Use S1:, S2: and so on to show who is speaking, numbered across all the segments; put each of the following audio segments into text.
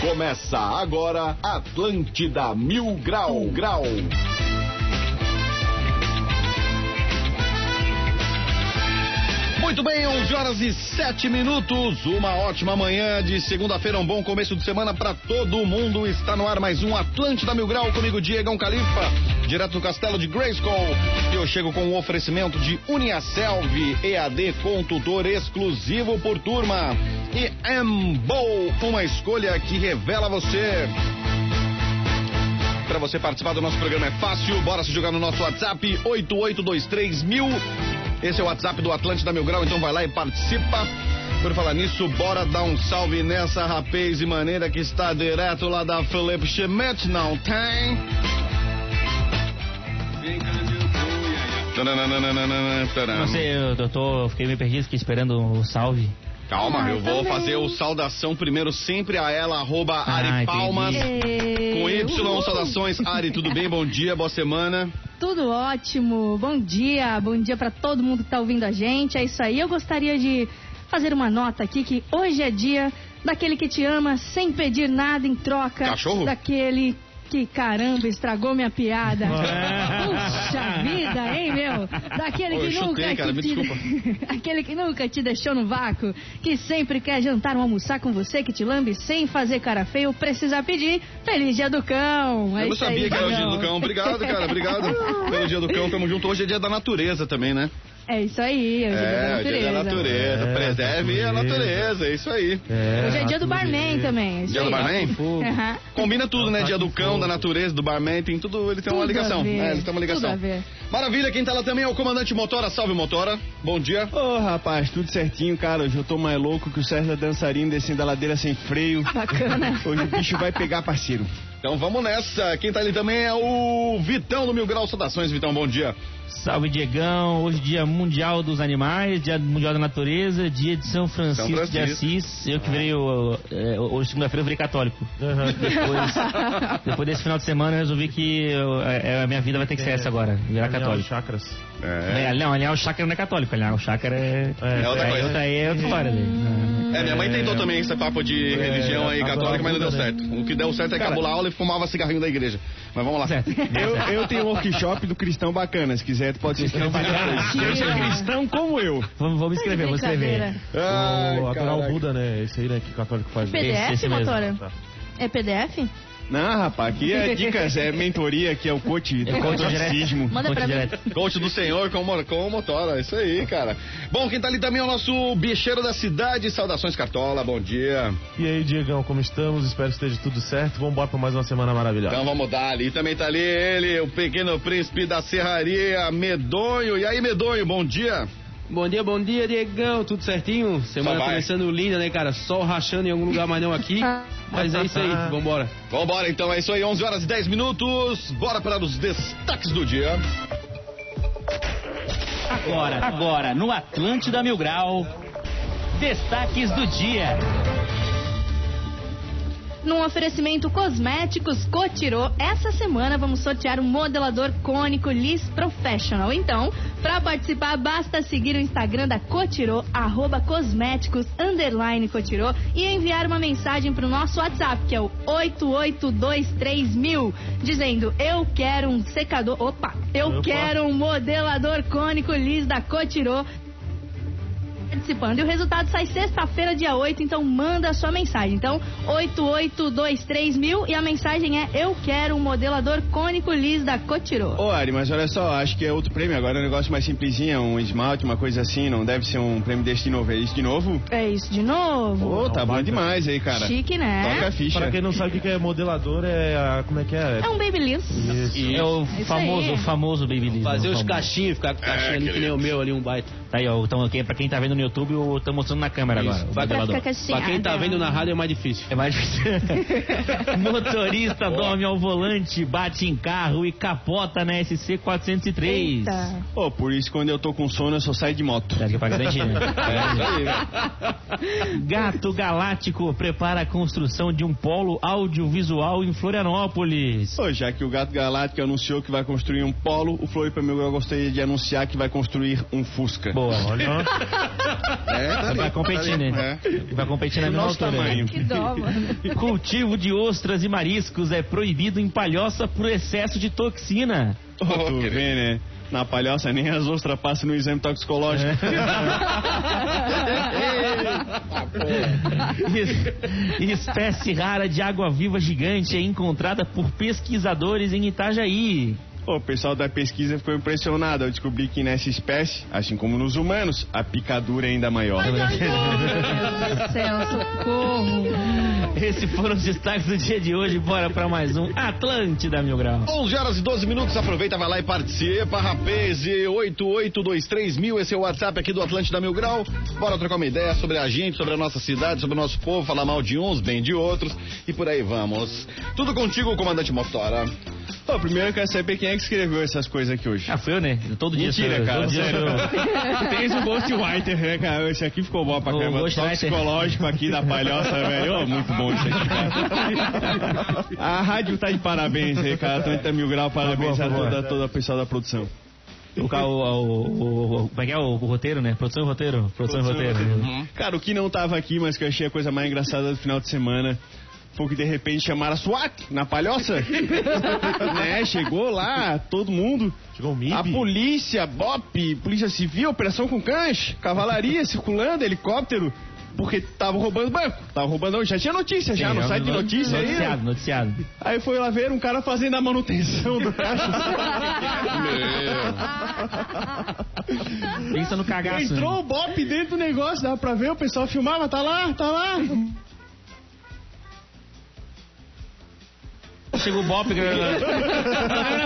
S1: Começa agora Atlântida Mil Grau Grau. Muito bem, 11 horas e 7 minutos. Uma ótima manhã de segunda-feira, um bom começo de semana para todo mundo. Está no ar mais um Atlântida Mil Grau comigo, Diegão Califa, direto do castelo de Grayskull. E eu chego com o oferecimento de Uniaselv EAD com tutor exclusivo por turma. E Embow, uma escolha que revela você. Para você participar do nosso programa é fácil, bora se jogar no nosso WhatsApp 8823000. Esse é o WhatsApp do Atlântida Mil Grau, então vai lá e participa. Por falar nisso, bora dar um salve nessa rapaz e maneira que está direto lá da Felipe Schmidt, não tem?
S2: Não sei, eu, eu, tô, eu fiquei meio perdido, fiquei esperando o salve.
S1: Calma, eu vou fazer o saudação primeiro sempre a ela, arroba
S2: Ah,
S1: Ari Palmas.
S3: Ei,
S1: Com Y,
S3: uhul.
S1: saudações. Ari, tudo bem? Bom dia, boa semana.
S3: Tudo ótimo. Bom dia, bom dia pra todo mundo que tá ouvindo a gente. É isso aí. Eu gostaria de fazer uma nota aqui que hoje é dia daquele que te ama sem pedir nada em troca.
S1: Cachorro?
S3: Daquele que caramba estragou minha piada.
S2: É.
S3: Puxa vida, hein, meu? Daquele
S1: Pô, eu
S3: que nunca
S1: chutei, cara,
S3: que
S1: me
S3: te-
S1: desculpa.
S3: Aquele que nunca te deixou no vácuo, que sempre quer jantar ou almoçar com você, que te lambe sem fazer cara feia ou precisar pedir. Feliz dia do cão. É
S1: Eu não
S3: isso aí,
S1: sabia que era o dia
S3: Cagão.
S1: do cão. Obrigado, cara, obrigado pelo dia do cão. Tamo junto. Hoje é dia da natureza também, né?
S3: É isso aí, hoje é,
S1: o dia
S3: dia
S1: da
S3: da natureza.
S1: natureza.
S2: É,
S1: Preserve a
S2: natureza.
S1: natureza, é isso aí.
S3: Hoje é dia do barman também. é isso
S1: Dia do
S3: aí.
S1: barman?
S3: Aham.
S1: Combina tudo, né?
S2: Tá
S1: Dia do
S2: com
S1: cão,
S2: fogo.
S1: da natureza, do barman, tem tudo, ele tem uma
S3: Tudo a
S1: ligação.
S3: ver,
S1: É, eles têm uma ligação.
S3: tudo a ver.
S1: Maravilha, quem tá lá também é o comandante Motora. Salve, Motora. Bom dia.
S4: Ô rapaz, tudo certinho, cara. Hoje eu tô mais louco que o César dançarino descendo a ladeira sem freio.
S3: Bacana.
S4: Hoje o bicho vai pegar, parceiro.
S1: Então vamos nessa. Quem tá ali também é o Vitão do Mil Grau. Saudações, Vitão, bom dia.
S2: Salve Diegão, hoje dia mundial dos animais, dia mundial da natureza, dia de São Francisco,
S1: São Francisco.
S2: de Assis. Eu que virei, o- é, hoje segunda-feira eu virei católico. Depois, depois desse final de semana eu resolvi que eu- é, a minha vida vai ter que ser essa agora, virar católico.
S5: chakras.
S1: É.
S2: É. Não, alinhar o chakra não é católico, alinhar o chakra é...
S5: É,
S1: outra
S2: aí
S1: coisa.
S2: outra- aí é outra história. né?
S3: Hum.
S1: É, minha mãe tentou também esse papo de religião aí católica, mas não deu certo. O que deu certo é que acabou a aula e fumava cigarrinho da igreja. Mas vamos lá.
S2: Tá Certo.
S4: Eu, eu tenho um workshop do Cristão Bacana. Se quiser, tu pode se inscrever.
S3: Mentira.
S4: Cristão como eu.
S2: Vou, vou me escrever, vou escrever.
S3: Tá Brincadeira.
S1: Ai,
S5: o adorar o
S1: caraca.
S5: Buda, né? Esse aí, né? Que católico faz. né?
S3: PDF,
S2: esse mesmo.
S3: motora?
S5: Tá.
S3: É PDF?
S4: Não, rapaz, aqui é dicas, é mentoria, aqui é o coach do
S2: Eu conto direto.
S4: racismo.
S3: Manda
S2: Conto
S3: pra mim.
S2: direto.
S1: Coach do Senhor com, mo- com motora, isso aí, cara. Bom, quem tá ali também é o nosso bicheiro da cidade. Saudações, Cartola, bom dia.
S5: E aí, Diegão, como estamos? Espero que esteja tudo certo. Vamos embora pra mais uma semana maravilhosa.
S1: Então vamos dar ali. E também tá ali ele, o pequeno príncipe da serraria, Medonho. E aí, Medonho, bom dia.
S6: Bom dia, bom dia, Diegão. Tudo certinho? Semana
S1: Só vai.
S6: começando linda, né, cara? Sol rachando em algum lugar, mas não aqui. Mas é isso aí, vambora.
S1: Vambora então, é isso aí, 11 horas e 10 minutos. Bora para os destaques do dia.
S2: Agora, agora, no Atlântida Mil Grau, destaques do dia.
S3: Num oferecimento Cosméticos Cotirô, essa semana vamos sortear um modelador cônico Liz Professional. Então, para participar, basta seguir o Instagram da Cotirô, arroba cosméticos, underline Cotirô, e enviar uma mensagem para o nosso WhatsApp, que é o 8823000, dizendo, eu quero um secador, opa, eu
S5: Opa.
S3: quero um modelador cônico Liz da Cotirô, participando. E o resultado sai sexta-feira, dia 8, então manda a sua mensagem. Então, 8823000 mil e a mensagem é Eu quero um modelador cônico Liz da Cotirô.
S4: Ô Ari, mas olha só, acho que é outro prêmio agora, é um negócio mais simplesinho, é um esmalte, uma coisa assim, não deve ser um prêmio desse de novo. É isso de novo?
S3: É isso de
S4: Ô,
S3: novo?
S4: tá bom demais aí, cara.
S3: Chique, né?
S4: Toca a ficha.
S5: Pra quem não sabe o que que é modelador, é a... Como é que é?
S3: É um Babyliss.
S2: É o
S3: Isso
S2: famoso,
S3: aí.
S2: famoso Babyliss.
S6: Fazer
S2: né, o
S6: os
S2: famoso.
S6: cachinhos, ficar com caixinha ali, que nem o meu ali, um baita.
S2: Tá aí, ó. Então, quem, pra quem tá vendo no YouTube, eu tô mostrando na câmera
S6: Isso.
S2: agora. o
S6: Vai
S3: Pra
S2: modelador.
S3: ficar cacheada.
S6: Pra quem tá vendo na rádio é mais difícil.
S2: É mais difícil. Motorista dorme ao volante, bate em carro e capota na SC 403.
S3: Eita.
S4: Pô, por isso quando eu tô com sono eu só saio de moto.
S2: Acho que é pra garantir, né?
S1: É
S2: Gato Galáctico prepara a construção de um polo audiovisual em Florianópolis.
S4: Pô, já que o Gato Galáctico anunciou que vai construir um polo, o Floripa Mil Grau gostaria de anunciar que vai construir um Fusca.
S2: Boa.
S5: Olha,
S1: É, tá ali,
S2: Vai competir,
S1: ali.
S2: né?
S1: É.
S2: Vai competir na
S1: Do
S2: mesma
S1: nosso
S2: altura.
S1: tamanho.
S3: Que dó, mano.
S2: Cultivo de ostras e mariscos é proibido em palhoça por excesso de toxina.
S4: tu vê, né? Na palhoça nem as ostras passam no exame toxicológico.
S2: É. Es- Espécie rara de água-viva gigante é encontrada por pesquisadores em Itajaí.
S4: Pô, o pessoal da pesquisa ficou impressionado ao descobrir que nessa espécie, assim como nos humanos, a picadura é ainda maior.
S3: Meu Deus do céu, socorro.
S2: Esses foram os destaques do dia de hoje. Bora pra mais um Atlântida Mil Grau.
S1: 11 horas e 12 minutos, aproveita, vai lá e participa, rapaz, e 8823000, esse é o WhatsApp aqui do Atlântida Mil Grau, bora trocar uma ideia sobre a gente, sobre a nossa cidade, sobre o nosso povo, falar mal de uns, bem de outros, e por aí vamos. Tudo contigo, comandante Motora.
S4: Pô, primeiro eu quero saber quem é que escreveu essas coisas aqui hoje.
S2: Ah, foi eu, né? Todo dia
S4: Mentira,
S2: sou eu,
S4: cara,
S2: Todo dia
S4: sério.
S2: sou eu.
S4: Tens um Ghostwriter, né, cara? Esse aqui ficou bom pra
S2: O
S4: caramba.
S2: Ghostwriter.
S4: Toxicológico aqui da palhoça, velho. Ô, muito bom isso aqui, cara. A rádio tá de parabéns aí, cara. 30 mil graus, parabéns
S2: Tá bom, tá
S4: a
S2: bom.
S4: toda, toda a pessoal da produção.
S2: O, ca- o, o, o- o- como é que é o, o roteiro, né? Produção e roteiro. Produção e roteiro.
S4: Cara, o que não tava aqui, mas que eu achei a coisa mais engraçada do final de semana. Foi que de repente chamaram a SWAT na palhoça. né? Chegou lá, todo mundo.
S5: Chegou um MIB.
S4: A polícia, BOP, polícia civil, operação com cães, cavalaria circulando, helicóptero, porque estavam roubando banco. Estavam roubando, já tinha notícia, já no site de notícia aí. né?
S2: é Noticiado, noticiado.
S4: Aí foi lá ver um cara fazendo a manutenção do caixa.
S2: Pensa no cagaço. né?
S4: Entrou o BOP dentro do negócio, dava pra ver, o pessoal filmava, tá lá, tá lá.
S2: Chegou o Bop, cara.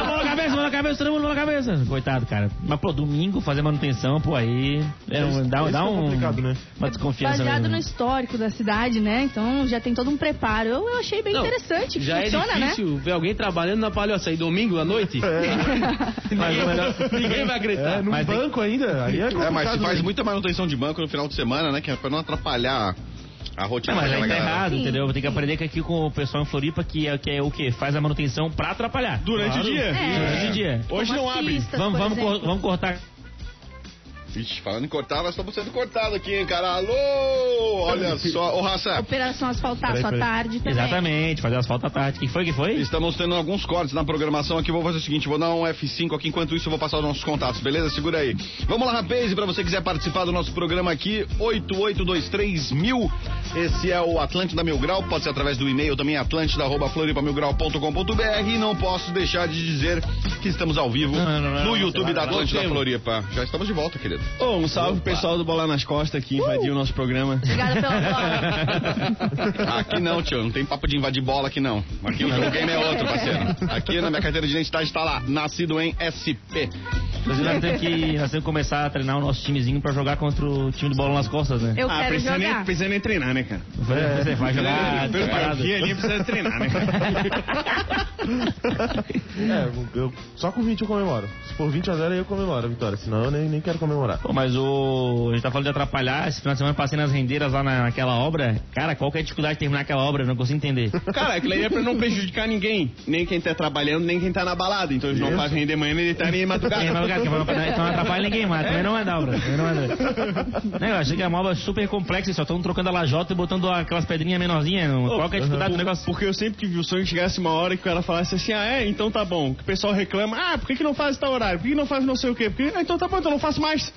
S2: Mão na cabeça, mão na cabeça, todo mundo mão na cabeça. Coitado, cara. Mas, pô, domingo fazer manutenção, pô, aí. É um, dá,
S5: Isso
S2: dá
S5: que é
S2: um.
S5: complicado, né?
S2: Uma desconfiança.
S3: Baseado no
S2: mesmo.
S3: histórico da cidade, né? Então já tem todo um preparo. Eu, eu achei bem
S6: Não,
S3: interessante.
S6: Já
S3: Funciona,
S6: é
S3: né?
S6: difícil ver alguém trabalhando na palhoça aí domingo à noite.
S2: Mas o melhor.
S6: Ninguém vai
S5: É,
S6: acreditar.
S5: num
S2: Mas tem-
S5: banco ainda. Aí é
S1: É, mas se
S5: complicado,
S1: faz
S5: né?
S1: muita manutenção de banco no final de semana, né, que é pra não atrapalhar a rotina
S2: Não, mas
S1: daquela
S2: aí tá
S1: galera.
S2: errado,
S3: Sim.
S2: entendeu? Tem que aprender que aqui com o pessoal em Floripa, que é, que é o quê? Faz a manutenção pra atrapalhar. É.
S4: Durante o dia.
S2: Durante o dia.
S4: Hoje
S3: Como
S4: não
S3: as
S4: abre.
S3: pistas,
S2: Vamos,
S3: por
S2: vamos,
S3: exemplo.
S2: cor- vamos cortar.
S1: Vixe, falando em cortar, nós estamos sendo cortados aqui, hein, cara. Alô! Olha só, ô raça,
S3: Operação asfaltar
S5: Peraí,
S3: só
S5: peraí.
S3: tarde também.
S2: Exatamente, fazer as faltas tarde. Que foi que foi?
S1: estamos tendo alguns cortes na programação aqui. Vou fazer o seguinte, vou dar um F5 aqui, enquanto isso eu vou passar os nossos contatos, beleza? Segura aí. Vamos lá, rapaz, e pra você que quiser participar do nosso programa aqui, 8823000. Esse é o Atlântida Mil Grau, pode ser através do e-mail também, atlântida.floripamilgrau.com.br e não posso deixar de dizer que estamos ao vivo
S2: Não, não, não, não,
S1: no
S2: não,
S1: YouTube
S2: sei lá,
S1: da
S2: não,
S1: Atlântida
S2: não, não.
S1: Floripa. Já estamos de volta, querido.
S4: Ô, um salve pro pessoal do Bola nas Costas que invadiu o nosso programa.
S3: Obrigada pela bola.
S1: Aqui não, tio. Não tem papo de invadir bola aqui não. Aqui o videogame é outro, parceiro. Aqui na minha carteira de identidade está lá. Nascido em SP.
S2: Inclusive, nós temos, que, nós temos que começar a treinar o nosso timezinho pra jogar contra o time do Bolão nas Costas, né?
S3: Eu
S4: ah,
S3: quero
S4: precisa nem,
S3: jogar.
S4: precisa nem treinar, né, cara?
S2: Você vai jogar
S4: Pelo que eu
S2: separado.
S4: vi ali, precisa treinar, né, cara?
S5: É, eu, só com 20 eu comemoro. Se for 20 a 0 aí eu comemoro a vitória. Senão eu nem, nem quero comemorar. É
S2: Pô, mas o. A gente tá falando de atrapalhar. Esse final de semana eu passei nas rendeiras lá na- naquela obra. Cara, qual que é a dificuldade de terminar aquela obra? Eu não consigo entender.
S4: Cara, aquilo aí é pra não prejudicar ninguém. Nem quem tá trabalhando, nem quem tá na balada. Então eles não
S5: Isso.
S4: fazem render manhã, nem tarde, nem
S2: Quem vai
S4: madrugada.
S2: lugar, quem vai lugar, então não atrapalha ninguém mais. Também não é da obra. Também não é da... Não, eu achei que é uma obra super complexa. e Só estão trocando a lajota e botando aquelas pedrinhas menorzinhas. Não- Qual que é a dificuldade do negócio?
S4: Porque eu sempre tive o sonho que chegasse uma hora que o cara falasse assim, ah, é, então tá bom. Que o pessoal reclama, ah, por que, que não faz tal horário? Por que não faz não sei o quê? Porque, ah, então tá bom, então não faço mais.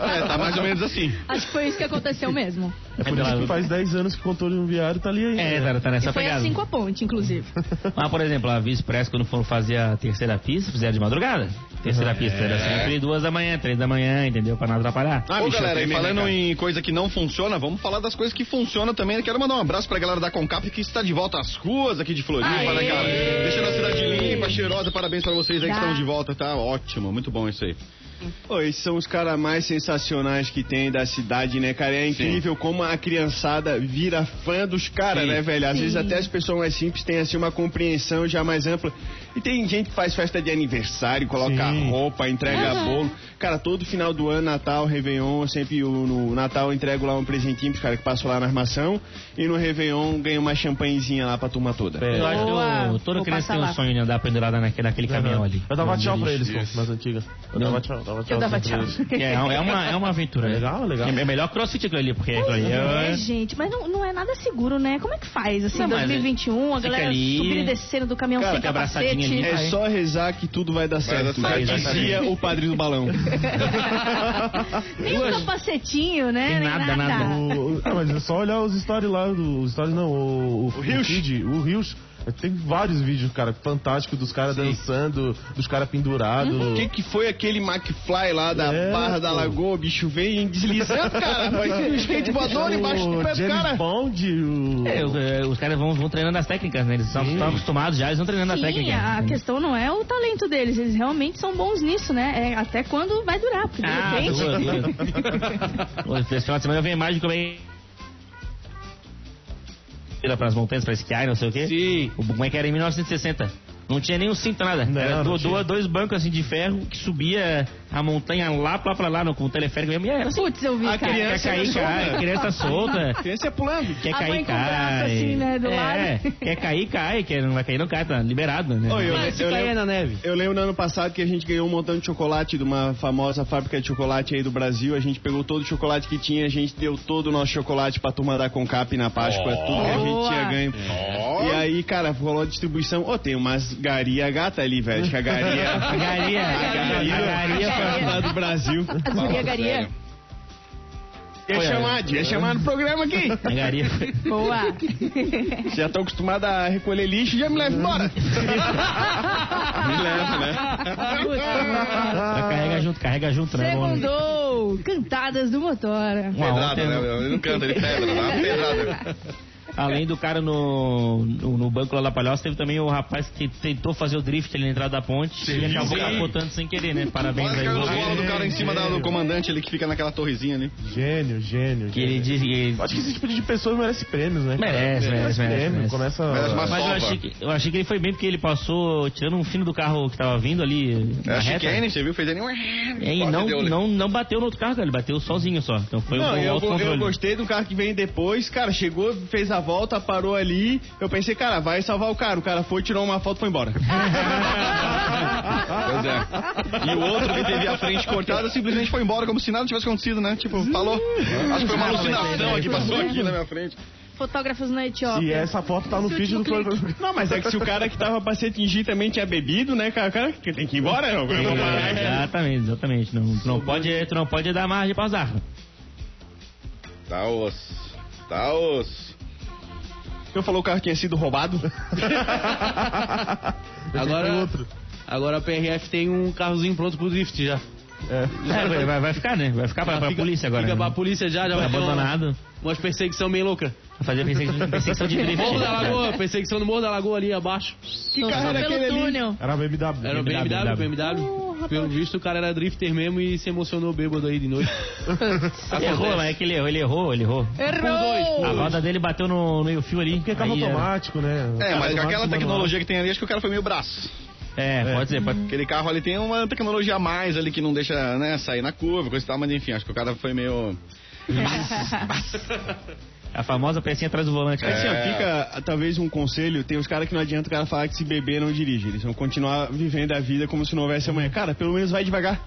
S1: É, tá mais ou menos assim.
S3: Acho que foi isso que aconteceu mesmo.
S5: É por isso que faz 10 anos que o controle viário tá ali ainda.
S2: Então, É,
S5: né?
S2: tá, tá
S3: E
S2: nessa
S3: foi
S2: pegada.
S3: assim com a ponte, inclusive.
S2: Mas, por exemplo, a Via Express, quando foram fazer a terceira pista, fizeram de madrugada.
S5: É.
S2: Terceira pista era sempre duas da manhã, três da manhã, entendeu? Pra não atrapalhar.
S5: Ah,
S1: Ô,
S4: Ah, bicho,
S1: galera,
S4: eu
S1: e
S4: treinei, né,
S1: falando
S4: cara.
S1: em coisa que não funciona, vamos falar das coisas que funcionam também. Eu quero mandar um abraço pra galera da Concap que está de volta às ruas aqui de Floripa, né, cara? Deixando a cidade limpa, cheirosa. Parabéns pra vocês aí que
S3: Tá.
S1: estão de volta, tá? Ótimo, muito bom isso aí.
S4: Pô, esses são os caras mais sensacionais que tem da cidade, né, cara? É incrível como a criançada vira fã dos caras,
S1: Sim.
S4: né, velho? Às
S3: Sim.
S4: vezes até as pessoas mais simples têm, assim, uma compreensão já mais ampla. E tem gente que faz festa de aniversário, coloca
S5: Sim.
S4: roupa, entrega bolo. Cara, todo final do ano, Natal, Réveillon, sempre o- no Natal eu entrego lá um presentinho pros caras que passam lá na armação. E no Réveillon ganho uma champanhezinha lá pra turma toda. Tá
S5: é.
S2: Eu acho que
S3: Boa.
S2: eu, toda
S3: Vou
S2: criança
S3: passar
S2: tem um
S3: lá.
S2: sonho de andar pendurada naquele, naquele caminhão ali.
S5: Uhum. Eu dava tchau pra eles,
S1: Isso.
S5: pô, nas antigas. Eu dava tchau, dava tchau.
S3: Eu dava tchau.
S5: sempre pra eles.
S2: É, é uma, é uma aventura.
S5: Legal, legal.
S2: É melhor crossfit aquilo ali, porque aquilo ali
S3: É,
S2: é...
S3: gente, mas não, não é nada seguro, né? Como é que faz? Assim,
S2: Não, mas
S3: 2021, a
S2: fica
S3: galera
S2: ali.
S3: subindo e descendo do caminhão
S4: Cara,
S3: sem
S2: fica abraçadinha
S3: capacete.
S2: ali.
S4: É só rezar que tudo vai dar
S1: Vai
S4: certo.
S1: dar
S4: Já
S2: certo.
S4: dizia o padre do balão.
S3: Nem um capacetinho, né?
S2: Tem
S3: Nem
S2: nada, nada.
S5: O- o- ah, mas é só olhar os stories lá, do- os stories não, o, o, o
S4: Rios.
S5: feed, o Rios. Tem vários vídeos, cara, fantásticos dos caras dançando, dos caras pendurados.
S1: Uhum.
S4: O que, que foi aquele McFly lá da
S5: É,
S4: Barra da
S5: pô.
S4: Lagoa, o bicho vem deslizando, cara? Parecia um skateboardor embaixo do pé do
S5: James
S4: cara.
S5: Bond, o...
S2: É, o- é, os caras vão, vão treinando as técnicas, né? Eles estão estão acostumados já, eles vão treinando a
S3: Sim,
S2: técnica.
S3: a questão não é o talento deles, eles realmente são bons nisso, né? É até quando vai durar, porque de
S2: Ah,
S3: repente.
S2: dura, dura. Hoje, Esse final de semana eu vi a imagem de como é... Tira pras montanhas, pra esquiar, e não sei o quê.
S6: Sim.
S2: O- Como é que era em 1960? Não tinha nenhum cinto, nada.
S5: Não,
S2: era
S5: não
S2: do-
S5: tinha.
S2: dois bancos assim de ferro que subia a montanha lá pra, pra lá, no, com o teleférico mesmo. E era assim,
S3: Putz, eu vi,
S4: A
S3: cara.
S2: quer
S4: criança
S2: cair,
S4: solta.
S2: cai. Criança solta.
S4: Criança pulando.
S2: Quer
S3: A
S2: cair,
S3: mãe com o
S2: cai.
S3: braço assim, né, do
S2: é,
S3: lado.
S2: quer cair, cai. Quer não vai cair, não cai. Tá liberado, né?
S4: Oi,
S6: Mas se cair na neve.
S4: Eu lembro no ano passado que a gente ganhou um montão de chocolate de uma famosa fábrica de chocolate aí do Brasil. A gente pegou todo o chocolate que tinha, a gente deu todo o nosso chocolate pra turma da Concap na Páscoa, tudo que a gente
S3: Boa.
S4: tinha ganho. E aí, cara, rolou a distribuição. Ô, tem umas garia gata ali, velho, que a garia...
S2: A garia. A garia. A garia foi-
S4: lá do Brasil.
S3: Guria, garia.
S4: Ia
S2: Olha,
S4: chamar, ia chamar no programa aqui.
S2: A garia foi...
S3: Boa.
S4: Já tô acostumado a recolher lixo, já me leva embora. me leva, né?
S2: Carrega junto, carrega junto, né? Vamos-
S3: Segundou. Cantadas do Motora.
S2: Uma ontem,
S1: né?
S5: né,
S1: Ele não canta, ele pedra, dá uma pedrada.
S2: Além do cara no, no, no banco lá da Palhoça, teve também o rapaz que tentou fazer o drift ali na entrada da ponte
S1: Você
S2: e
S1: viu,
S2: acabou
S1: cara?
S2: capotando sem querer, né? Parabéns
S1: Quase
S2: aí.
S1: caiu
S2: ao
S1: na
S2: goleiro.
S1: bola do cara em cima da- do comandante ali que fica naquela torrezinha ali.
S5: Gênio, gênio,
S2: Que
S5: gênio.
S2: ele diz que...
S5: Acho que esse tipo de pessoa merece prêmios, né? cara?
S2: Merece, merece, merece,
S5: prêmio,
S2: merece.
S5: começa...
S1: Merece uma
S2: Mas eu
S1: sova.
S2: achei, que, eu achei que ele foi bem porque ele passou tirando um fino do carro que tava vindo ali na
S1: É
S2: reta.
S1: chicane, você viu? Fez ali um...
S2: É, e
S1: Quase
S2: não,
S1: deu, né?
S2: não, não bateu no outro carro, cara. Ele bateu sozinho só. Então foi
S4: Não,
S2: um
S4: eu,
S2: alto
S4: go- eu
S2: controle.
S4: gostei do carro que vem depois. Cara, chegou, fez a volta, parou ali. Eu pensei, cara, vai salvar o cara. O cara foi, tirou uma foto e foi embora.
S1: Pois é. E o outro que teve a frente cortada simplesmente foi embora como se nada tivesse acontecido, né? Tipo, falou. Acho que foi uma alucinação aqui, passou aqui na minha frente.
S3: Fotógrafos na
S5: E
S3: Etiópia.
S5: essa foto tá no
S3: Esse é
S5: feed do
S3: último
S5: programa.
S4: Não, mas é que se o cara que tava pra se atingir também tinha bebido, né, cara? O cara que tem que ir embora, não. Eu vou parar.
S2: É, exatamente, exatamente. Não, tu, não pode, tu não pode dar margem pra azar.
S1: Tá osso. Tá osso.
S4: Eu falou que o carro tinha sido roubado.
S6: Agora-
S5: Tem outro.
S6: Agora a PRF tem um carrozinho pronto pro drift já.
S2: É, vai- vai, vai ficar, né? Vai ficar pra, pra
S6: Fica-
S2: polícia agora.
S6: Fica
S2: né?
S6: pra polícia já, já vai ter uma-
S2: Abandonado.
S6: umas perseguição bem louca.
S2: Fazer perseguição, perseguição de drift.
S6: Morro da Lagoa, perseguição no Morro da Lagoa ali abaixo.
S3: Que
S4: carro era
S3: pelo
S4: aquele ali?
S3: túnel.
S5: Era BMW.
S2: um
S5: né?
S6: Era o
S2: Tá
S6: BMW, BMW. Pelo visto o cara era drifter mesmo e se emocionou bêbado aí de noite.
S2: Errou, mas é que ele errou, ele errou, ele errou.
S3: Errou.
S2: A roda dele bateu no, no fio ali.
S5: Porque é carro
S2: Aí,
S5: automático, né?
S1: É, mas com
S5: Automático,
S1: aquela
S5: manual.
S1: tecnologia que tem ali, acho que o cara foi meio braço.
S2: É, é, pode ser. Pode...
S1: Aquele carro ali tem uma tecnologia a mais ali que não deixa, né, sair na curva, coisa e tal, mas enfim, acho que o cara foi meio.
S2: A famosa pecinha atrás do volante.
S4: Assim, ó,
S1: É.
S4: fica talvez um conselho. Tem os caras que não adianta o cara falar que se beber não dirige. Eles vão continuar vivendo a vida como se não houvesse amanhã. Cara, pelo menos vai devagar.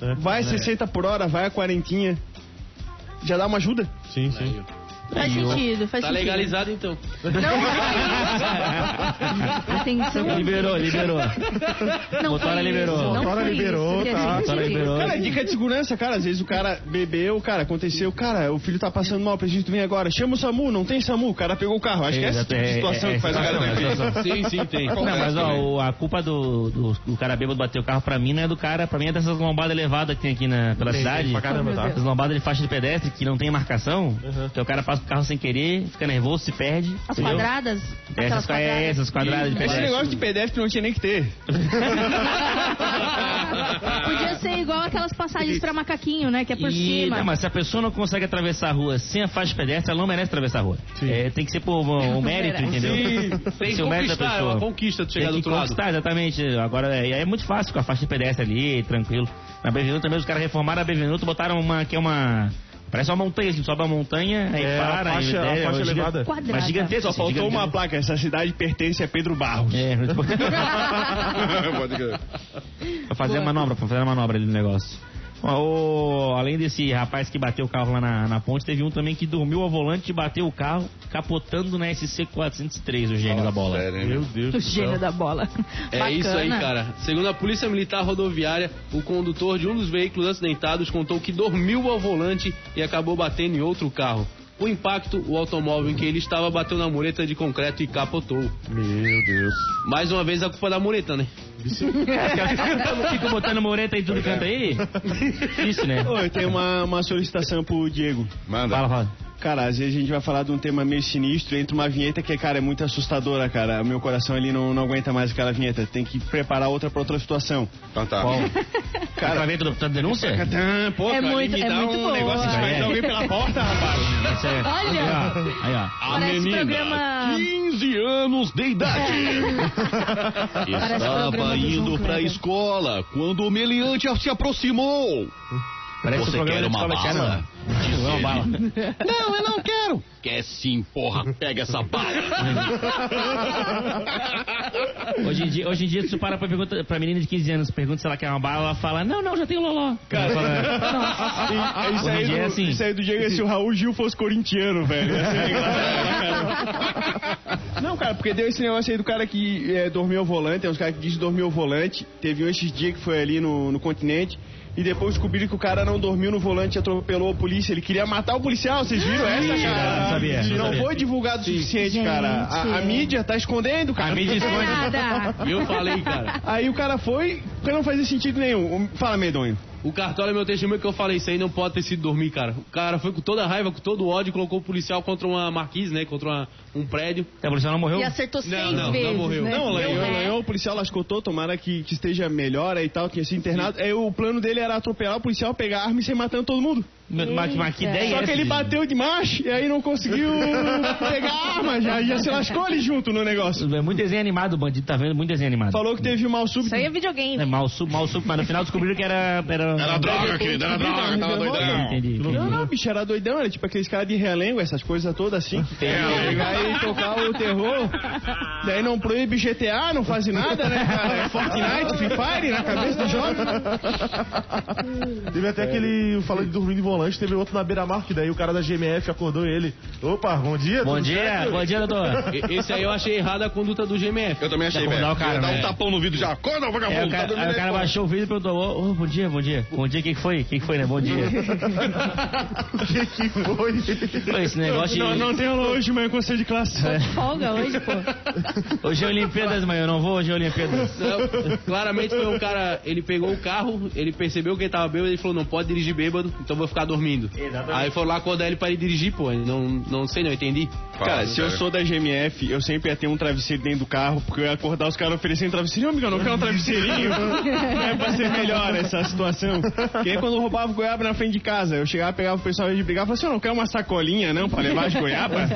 S5: É.
S4: Vai a 60 por hora, vai a quarentinha. Já dá uma ajuda?
S5: Sim, sim.
S3: Faz sentido, faz
S6: Tá
S3: sentido.
S6: legalizado então.
S3: Atenção.
S2: Liberou, liberou.
S3: Não
S2: Motora
S3: foi
S2: liberou.
S3: isso, não
S5: Motora
S3: foi
S5: liberou,
S3: isso que a
S5: tá,
S3: gente
S2: Motora
S3: disse.
S2: liberou.
S4: Cara, dica de segurança, cara. Às vezes o cara bebeu, cara, aconteceu, cara, o filho tá passando mal, preciso vem agora. Chama o SAMU, não tem SAMU, o cara pegou o carro. Acho que é essa
S2: Exato,
S4: tipo de situação
S2: é,
S4: que faz o cara
S2: é,
S4: beber.
S2: situação.
S6: Sim, sim, tem.
S2: Não, mas ó, o- a culpa do, do, do cara bêbado bater o carro pra mim não é do cara, pra mim é dessas lombadas elevadas que tem aqui na, pela
S5: Tem, tem
S2: cidade.
S5: pra caramba, tá?
S2: Essas lombadas de faixa de pedestre que não tem marcação, então o cara passa o carro sem querer, fica nervoso, se perde.
S3: As
S2: entendeu?
S3: quadradas? Aquelas
S2: Essas, qua- é,
S3: quadradas.
S2: essas quadradas de
S4: Esse
S2: pedestre.
S4: negócio de pedestre não tinha nem que ter.
S3: Podia ser igual aquelas passagens pra macaquinho, né? Que é por
S2: E-
S3: cima.
S2: não, mas se a pessoa não consegue atravessar a rua sem a faixa pedestre, ela não merece atravessar a rua. É, tem que ser por um, um mérito,
S3: merece.
S2: entendeu?
S6: Tem que
S2: Seu um mérito da
S6: conquistar, é uma
S2: pessoa.
S6: conquista de chegar
S2: Tem
S6: do
S2: que
S6: outro lado.
S2: conquistar, exatamente. Agora é, é muito fácil com a faixa pedestre ali, tranquilo. Na Benvenuto também os caras reformaram a Benvenuto, botaram uma que é uma. Parece uma montanha, assim, sobe uma montanha, aí
S5: É, a
S2: para, aí
S5: faixa- a
S2: desce,
S5: faixa
S2: uma giga-
S5: elevada.
S2: Uma
S3: Quadrada.
S2: gigantesca.
S4: Só
S2: assim,
S4: faltou
S2: gigantesca.
S4: uma placa. Essa cidade pertence a Pedro Barros.
S2: É,
S1: Pode crer.
S2: pra fazer a manobra, pra fazer a manobra ali no negócio. Ó, o- além desse rapaz que bateu o carro lá na, na ponte, teve um também que dormiu ao volante e bateu o carro, capotando na SC403, o gênio da bola.
S1: Sério, hein, meu?
S5: Meu Deus
S3: O
S5: do céu.
S3: gênio da bola.
S6: É
S3: Bacana.
S6: isso aí, cara. Segundo a Polícia Militar Rodoviária, o condutor de um dos veículos acidentados contou que dormiu ao volante e acabou batendo em outro carro. O impacto, o automóvel em que ele estava bateu na mureta de concreto e capotou.
S5: Meu Deus.
S6: Mais uma vez a culpa da mureta, né?
S2: Fica botando moreta aí tudo canto aí? Difícil, né?
S4: Oi, tem uma, uma solicitação pro Diego.
S1: Manda.
S2: Fala, fala.
S4: Cara, às vezes a gente vai falar de um tema meio sinistro e entra uma vinheta que, cara, é muito assustadora, cara. O meu coração ali não, não aguenta mais aquela vinheta. Tem que preparar outra pra outra situação.
S1: Então tá.
S2: Cara, Através do, da denúncia?
S4: Tadã, Ah, Pô,
S3: É
S4: cara,
S3: muito-
S4: me
S3: é
S4: dá
S3: muito
S4: um
S3: boa.
S4: negócio de
S2: É.
S4: mais alguém pela porta, rapaz.
S2: Isso é-
S3: Olha!
S2: Aí, ó.
S3: Parece programa.
S1: 15 anos de idade.
S3: Parece programa
S1: Estava
S3: do João
S1: indo
S3: Kleber.
S1: pra escola quando o meliante se aproximou.
S2: Parece
S1: Você
S2: o programa
S1: quer
S2: da
S1: uma
S2: escola que era-
S1: bala?
S2: Não, é uma bala.
S1: Não, eu não quero. Quer sim, porra. Pega essa bala.
S2: Hoje em dia, hoje em dia se tu para pra, pergunta, pra menina de 15 anos, pergunta se ela quer uma bala, ela fala, não, não, já tem o loló. Cara, fala,
S4: E- Ah, Isso aí,
S2: Hoje em dia
S4: do,
S2: é assim.
S4: isso aí do Diego é se o Raul Gil fosse corintiano, velho. É assim, né? Ia ser engraçado, cara. Não, cara, porque deu esse negócio aí do cara que é, dormiu ao volante, tem uns caras que dizem dormir ao volante. Teve um esses dias que foi ali no, no continente. E depois descobriram que o cara não dormiu no volante e atropelou a polícia. Ele queria matar o policial, vocês viram essa, cara?
S2: não sabia, não
S4: não
S2: sabia.
S4: foi divulgado o suficiente, cara. A, a mídia tá escondendo, cara.
S2: a mídia esconde.
S3: Nada.
S6: Eu falei, cara.
S4: Aí o cara foi, porque não fazia sentido nenhum. Fala, medonho.
S6: O cartola é meu testemunho que eu falei isso aí, não pode ter sido dormir, cara. O cara foi com toda a raiva, com todo o ódio, colocou o policial contra uma marquise, né? Contra uma- um prédio.
S2: Então, A polícia não morreu?
S3: E assim, acertou
S6: Não,
S3: seis
S6: não, não
S3: vezes.
S6: morreu.
S3: Né?
S4: Não,
S3: Deu
S4: lanhou,
S3: ré.
S4: lanhou, o policial lascotou, tomara que, que esteja melhor aí e tal, tinha sido internado. Aí o plano dele era atropelar o policial, pegar a arma e sair matando todo mundo.
S2: Meu- Mas, mas que ideia é
S4: Só que
S2: essa,
S4: ele
S3: assim.
S2: gente?
S4: bateu de macho e aí não conseguiu pegar a arma, já, já se lascou ali junto no negócio.
S2: É muito desenho animado, o bandido tá vendo, muito desenho animado.
S4: Falou que teve um mal súbito.
S3: Isso aí é videogame.
S2: É, mal suco, mal suco, mas no final descobriram que era. Era, um
S1: Era droga, querido. Era droga. Tava doidão.
S2: Entendi. entendi.
S3: né?
S4: Não, não, bicho, era doidão, era tipo aqueles caras de realengo, essas coisas todas assim.
S3: Ah,
S4: Pegar e tocar o terror. Daí não proíbe GTA, não faz nada, né, cara? É Fortnite, Free Fire na cabeça do jovem.
S5: Teve até aquele. Falando de dormir de volante, teve outro na beira-mar, que daí o cara da GMF acordou ele. Opa, bom dia.
S2: Bom
S5: tudo
S2: dia,
S5: certo?"
S2: bom dia, doutor.
S6: E- Esse aí eu achei errada a conduta do GMF.
S1: Eu também achei,
S2: Vai
S1: velho.
S2: acordar o cara,
S1: Ia dar
S2: né?
S1: um tapão no vidro já. Acorda,
S2: Aí
S1: vagabundo.
S2: o
S1: tá
S2: cara, aí
S1: dormindo
S2: o cara
S1: aí,
S2: baixou o vidro e perguntou: "Ô, ô, bom dia, bom dia. Bom dia, o que, que foi? O que, que foi, né? Bom dia.
S5: O que que foi?
S2: Foi esse negócio. de- É.
S4: Não, não tem aula hoje, mas conselho de classe.
S3: Folga hoje, pô.
S2: Hoje é Olimpíadas, mas eu não vou, hoje é Olimpíadas.
S6: Não, claramente foi um cara, ele pegou o carro, ele percebeu que ele tava bêbado, ele falou, não pode dirigir bêbado, então vou ficar dormindo. Aí foram lá acordar ele pra ele dirigir, pô, ele não, não sei, não entendi.
S1: pô.
S4: Cara,
S1: Fala,
S4: se eu
S1: sério.
S4: sou da GMF, eu sempre ia ter um travesseiro dentro do carro, porque eu ia acordar os caras oferecendo travesseirinho. Ô, amigo, eu não quero um travesseirinho. é pra ser melhor essa situação. Porque aí quando eu roubava goiaba na frente de casa, eu chegava, pegava o pessoal de brigar e falava assim, eu não quero uma sacolinha, não, pra levar as goiabas.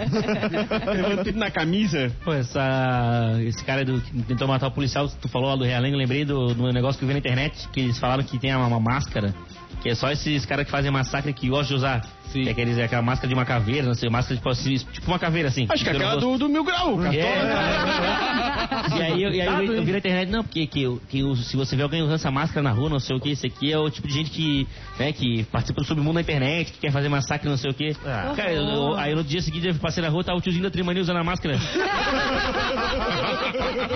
S4: Levando tudo na camisa.
S2: Pô, essa, esse cara do, que tentou matar o policial, tu falou lá do Realengo, lembrei do, do negócio que eu vi na internet, que eles falaram que tem uma, uma máscara, que é só esses caras que fazem massacre que gostam de usar.
S6: Sim.
S2: Que é aqueles, aquela máscara de uma caveira, não sei, máscara tipo, assim, tipo uma caveira assim.
S4: Acho que é aquela do, do mil grau, cara.
S2: É. E aí, eu, e aí eu, vi- eu vi na internet, não, porque que, eu- que eu- se você vê alguém usando essa máscara na rua, não sei o que, isso aqui é o tipo de gente que, né, que participa do submundo na internet, que quer fazer massacre, não sei o que.
S5: Ah.
S2: Cara, eu- eu- aí no dia seguinte eu passei na rua, tava o tiozinho da Trimania usando a máscara.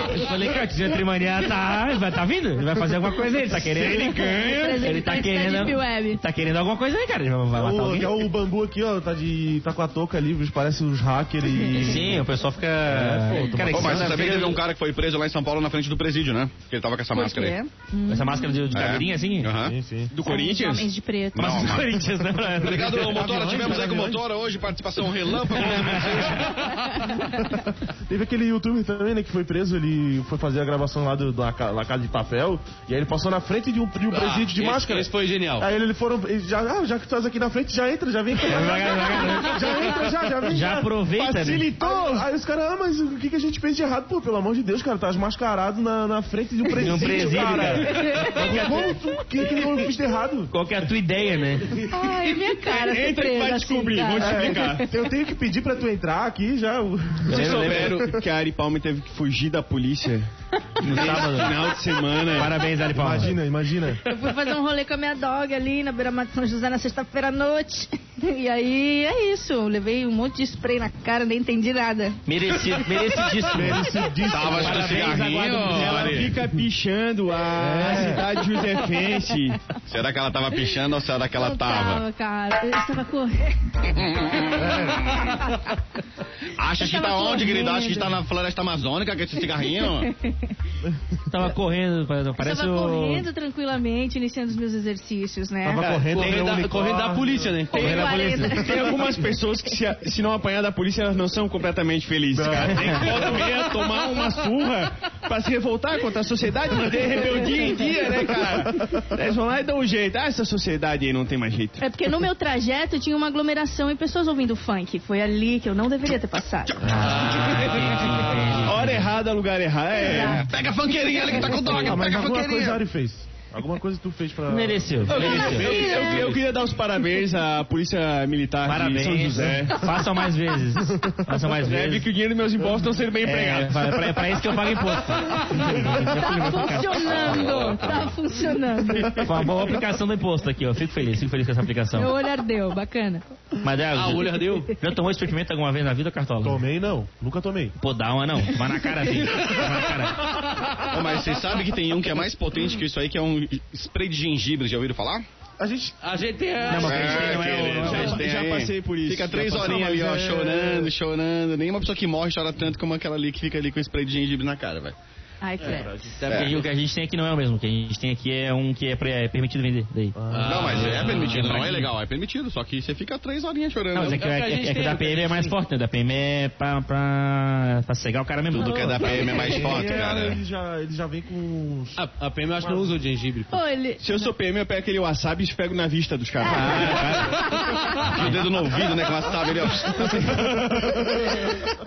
S2: eu falei, cara, o tiozinho da Trimania tá, vai, tá vindo, ele vai fazer alguma coisa, ele tá querendo. Ele ganha. Ele tá
S3: Representante da
S2: querendo,
S3: Deep Web.
S2: Tá querendo alguma coisa aí, cara? Vai matar
S5: O,
S2: alguém?
S5: que é o bambu aqui, ó, tá, de, tá com a touca ali, bicho, parece uns hackers e.
S2: Sim, o pessoal fica. cara,
S1: Pô,
S2: esse ano
S1: mas você
S2: é
S1: sabia que
S2: feira
S1: teve um
S2: do-
S1: cara que foi preso lá em São Paulo na frente do presídio, né? Porque ele tava com essa
S3: Por
S1: máscara
S3: quê?
S1: aí.
S2: Essa máscara de, de
S1: É.
S2: caveirinha, assim?
S1: Aham.
S5: Sim, sim.
S4: Do
S3: Homens de preto.
S1: Mas-
S2: Mas
S1: Não,
S2: do Corinthians, né?
S1: Obrigado, Motora.
S2: tá
S5: aviões,
S1: Tivemos aí com o
S5: aviões.
S1: Motora hoje, participação relâmpago.
S5: Teve aquele youtuber também, né, que foi preso, ele foi fazer a gravação lá do, da, ca- da Casa de Papel, e aí ele passou na frente de um, de um presídio de
S6: esse-
S5: máscara.
S6: Esse foi genial.
S5: Aí eles foram, eles já, ah, já que tu estás aqui na frente, já entra, já vem aqui. Já entra, já, já vem.
S2: Já aproveita, né?
S5: Aí, aí os caras, ah, mas o que, que a gente fez de errado? Pô, pelo amor de Deus, cara, tá mascarado na, na frente de um presídio,
S2: Um presídio, cara.
S5: Como tu- O que, que eu fiz de errado?
S2: Qual que é a tua ideia, né?
S3: Ai, minha cara.
S4: Entra que
S3: surpresa,
S4: vai
S3: assim,
S4: descobrir,
S3: cara.
S4: vou te explicar.
S5: Eu tenho que pedir pra tu entrar aqui já. o-
S4: Vocês
S2: Eu lembro-
S4: souberam que a Ari Palmer teve que fugir da polícia
S2: No sábado.
S4: final de semana.
S2: Parabéns, Ali Palma.
S5: Imagina, imagina.
S3: Eu fui fazer um rolê com a minha dog ali na beira de São José na sexta-feira à noite. E aí é isso. Eu levei um monte de spray na cara, nem entendi nada.
S2: Merecido, merecidíssimo.
S1: Tava com
S2: Parabéns,
S1: cigarrinho,
S2: aguardo-
S1: ó,
S4: Ela
S1: Ari.
S4: fica pichando a cidade josefense.
S1: Será que ela tava pichando ou será que
S3: Eu
S1: ela tava?
S3: cara. Eu estava correndo.
S1: Acha
S3: Eu
S1: que tá
S3: tava
S1: onde, querida? Acha que
S3: correndo.
S1: tá na floresta amazônica com esse cigarrinho?
S2: Tava correndo,
S3: Eu
S2: parece
S3: estava
S2: o...
S3: correndo tranquilamente, iniciando os meus exercícios, né?
S5: Tava correndo,
S6: Correndo
S5: era um
S6: da,
S5: unicórnio.
S6: correndo da polícia, né?
S3: Correndo da polícia.
S4: Tem algumas pessoas que, se, a- se não apanhar da polícia, elas não são completamente felizes, cara. Tem que volta e meia tomar uma surra pra se revoltar contra a sociedade, manter a rebeldia em dia, né, cara? Eles vão lá e dão um jeito. Ah, essa sociedade aí não tem mais jeito.
S3: É porque no meu trajeto tinha uma aglomeração e pessoas ouvindo funk. Foi ali que eu não deveria ter passado.
S2: Ah,
S4: Hora errada, lugar errado. É.
S1: Pega a fanqueirinha ali que tá com dog,
S5: Ah, mas
S1: pega a
S5: alguma coisa a
S1: fanqueirinha.
S5: Ari fez. Alguma coisa tu fez pra.
S2: Mereceu.
S4: é, Eu, eu- eu queria dar os parabéns à Polícia Militar de
S2: Parabéns. né?
S4: São José.
S2: Façam mais vezes. Façam mais
S4: É, vi
S2: vezes.
S4: que o dinheiro dos meus impostos estão sendo bem
S2: É,
S4: empregados.
S2: pra, pra- pra isso que eu pago imposto.
S3: Tá funcionando,
S2: Então.
S3: tá funcionando.
S2: Foi uma boa aplicação do imposto aqui, ó. Fico feliz, fico feliz com essa
S3: Meu
S2: aplicação.
S3: olho ardeu, bacana.
S2: Mas, é,
S6: Ah, o olho ardeu?
S2: Já tomou esse pimenta alguma vez na vida, Cartola?
S5: Tomei não, nunca tomei.
S2: Pô, dá uma não. Vai na cara assim. Vai na cara.
S1: Ô, mas vocês sabem que tem um que é mais potente que isso aí, que é um spray de gengibre, já ouviram falar?
S5: A gente.
S4: Ah,
S6: A gente é.
S2: Não, mas a gente tem, não é o-
S1: querido,
S2: não é o-
S1: vocês têm
S4: já
S1: aí.
S4: passei por isso.
S1: Fica
S4: Já
S1: três
S4: passei,
S1: horinhas ali,
S4: mas
S1: ó,
S4: é-
S1: chorando, chorando. Nenhuma pessoa que morre chora tanto como aquela ali que fica ali com spray de gengibre na cara, velho.
S2: É
S3: Ai, credo.
S2: Sabe que o que a gente tem aqui não é o mesmo. O que a gente tem aqui é um que é, pre- é permitido vender. Daí.
S4: Ah,
S1: não, mas é permitido, não é legal, é permitido, só que você fica três horinhas chorando.
S2: Ah, Não, mas é que, é, é- é que o da PM é mais forte, né? Da PM é pra, pra, pra cegar o cara mesmo.
S1: Tudo que é da PM é mais forte,
S5: Ele,
S1: cara.
S5: ele já, ele já vem com.
S4: Ah,
S5: uns-
S6: A, a PM eu acho que não usa o gengibre.
S3: Ô, ele...
S4: Se eu sou PM, eu pego aquele wasabi e pego na vista dos caras.
S2: É.
S4: Ah,
S2: Ah,
S1: O dedo no ouvido, né, com a sábia ali, ó.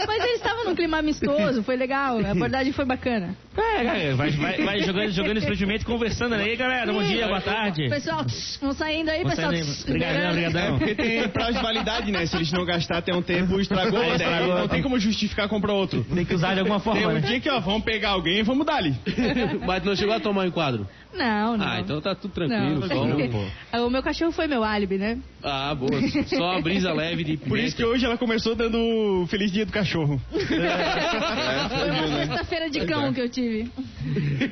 S3: Mas eles estavam num clima amistoso, foi legal. A abordagem foi bacana.
S2: É, é, vai, vai, vai jogando, jogando experimento e conversando aí, galera. Bom dia, boa tarde.
S3: Pessoal, tss, vão saindo aí,
S2: Vamos
S3: pessoal.
S2: saindo aí.
S3: tss,
S2: Obrigadão,
S4: É
S2: obrigadão.
S4: porque tem prazo de validade, né? Se eles não gastar até um tempo, estragou,
S2: Aí
S4: né?
S2: estragou.
S4: Não tem como justificar comprar outro.
S2: Tem que usar de alguma
S4: Tem
S2: forma,
S4: um
S2: né?
S4: dia que, ó, vamos pegar alguém e vamos dar-lhe.
S6: Mas não chegou a tomar enquadro.
S3: Não, não.
S6: Ah, então tá tudo
S3: Não.
S6: tranquilo. Só um-
S3: o meu cachorro foi meu álibi, né?
S6: Ah, boa. Só a brisa leve de
S4: Por isso que hoje ela começou dando o Feliz Dia do Cachorro.
S3: Foi uma sexta-feira de cão que eu tive.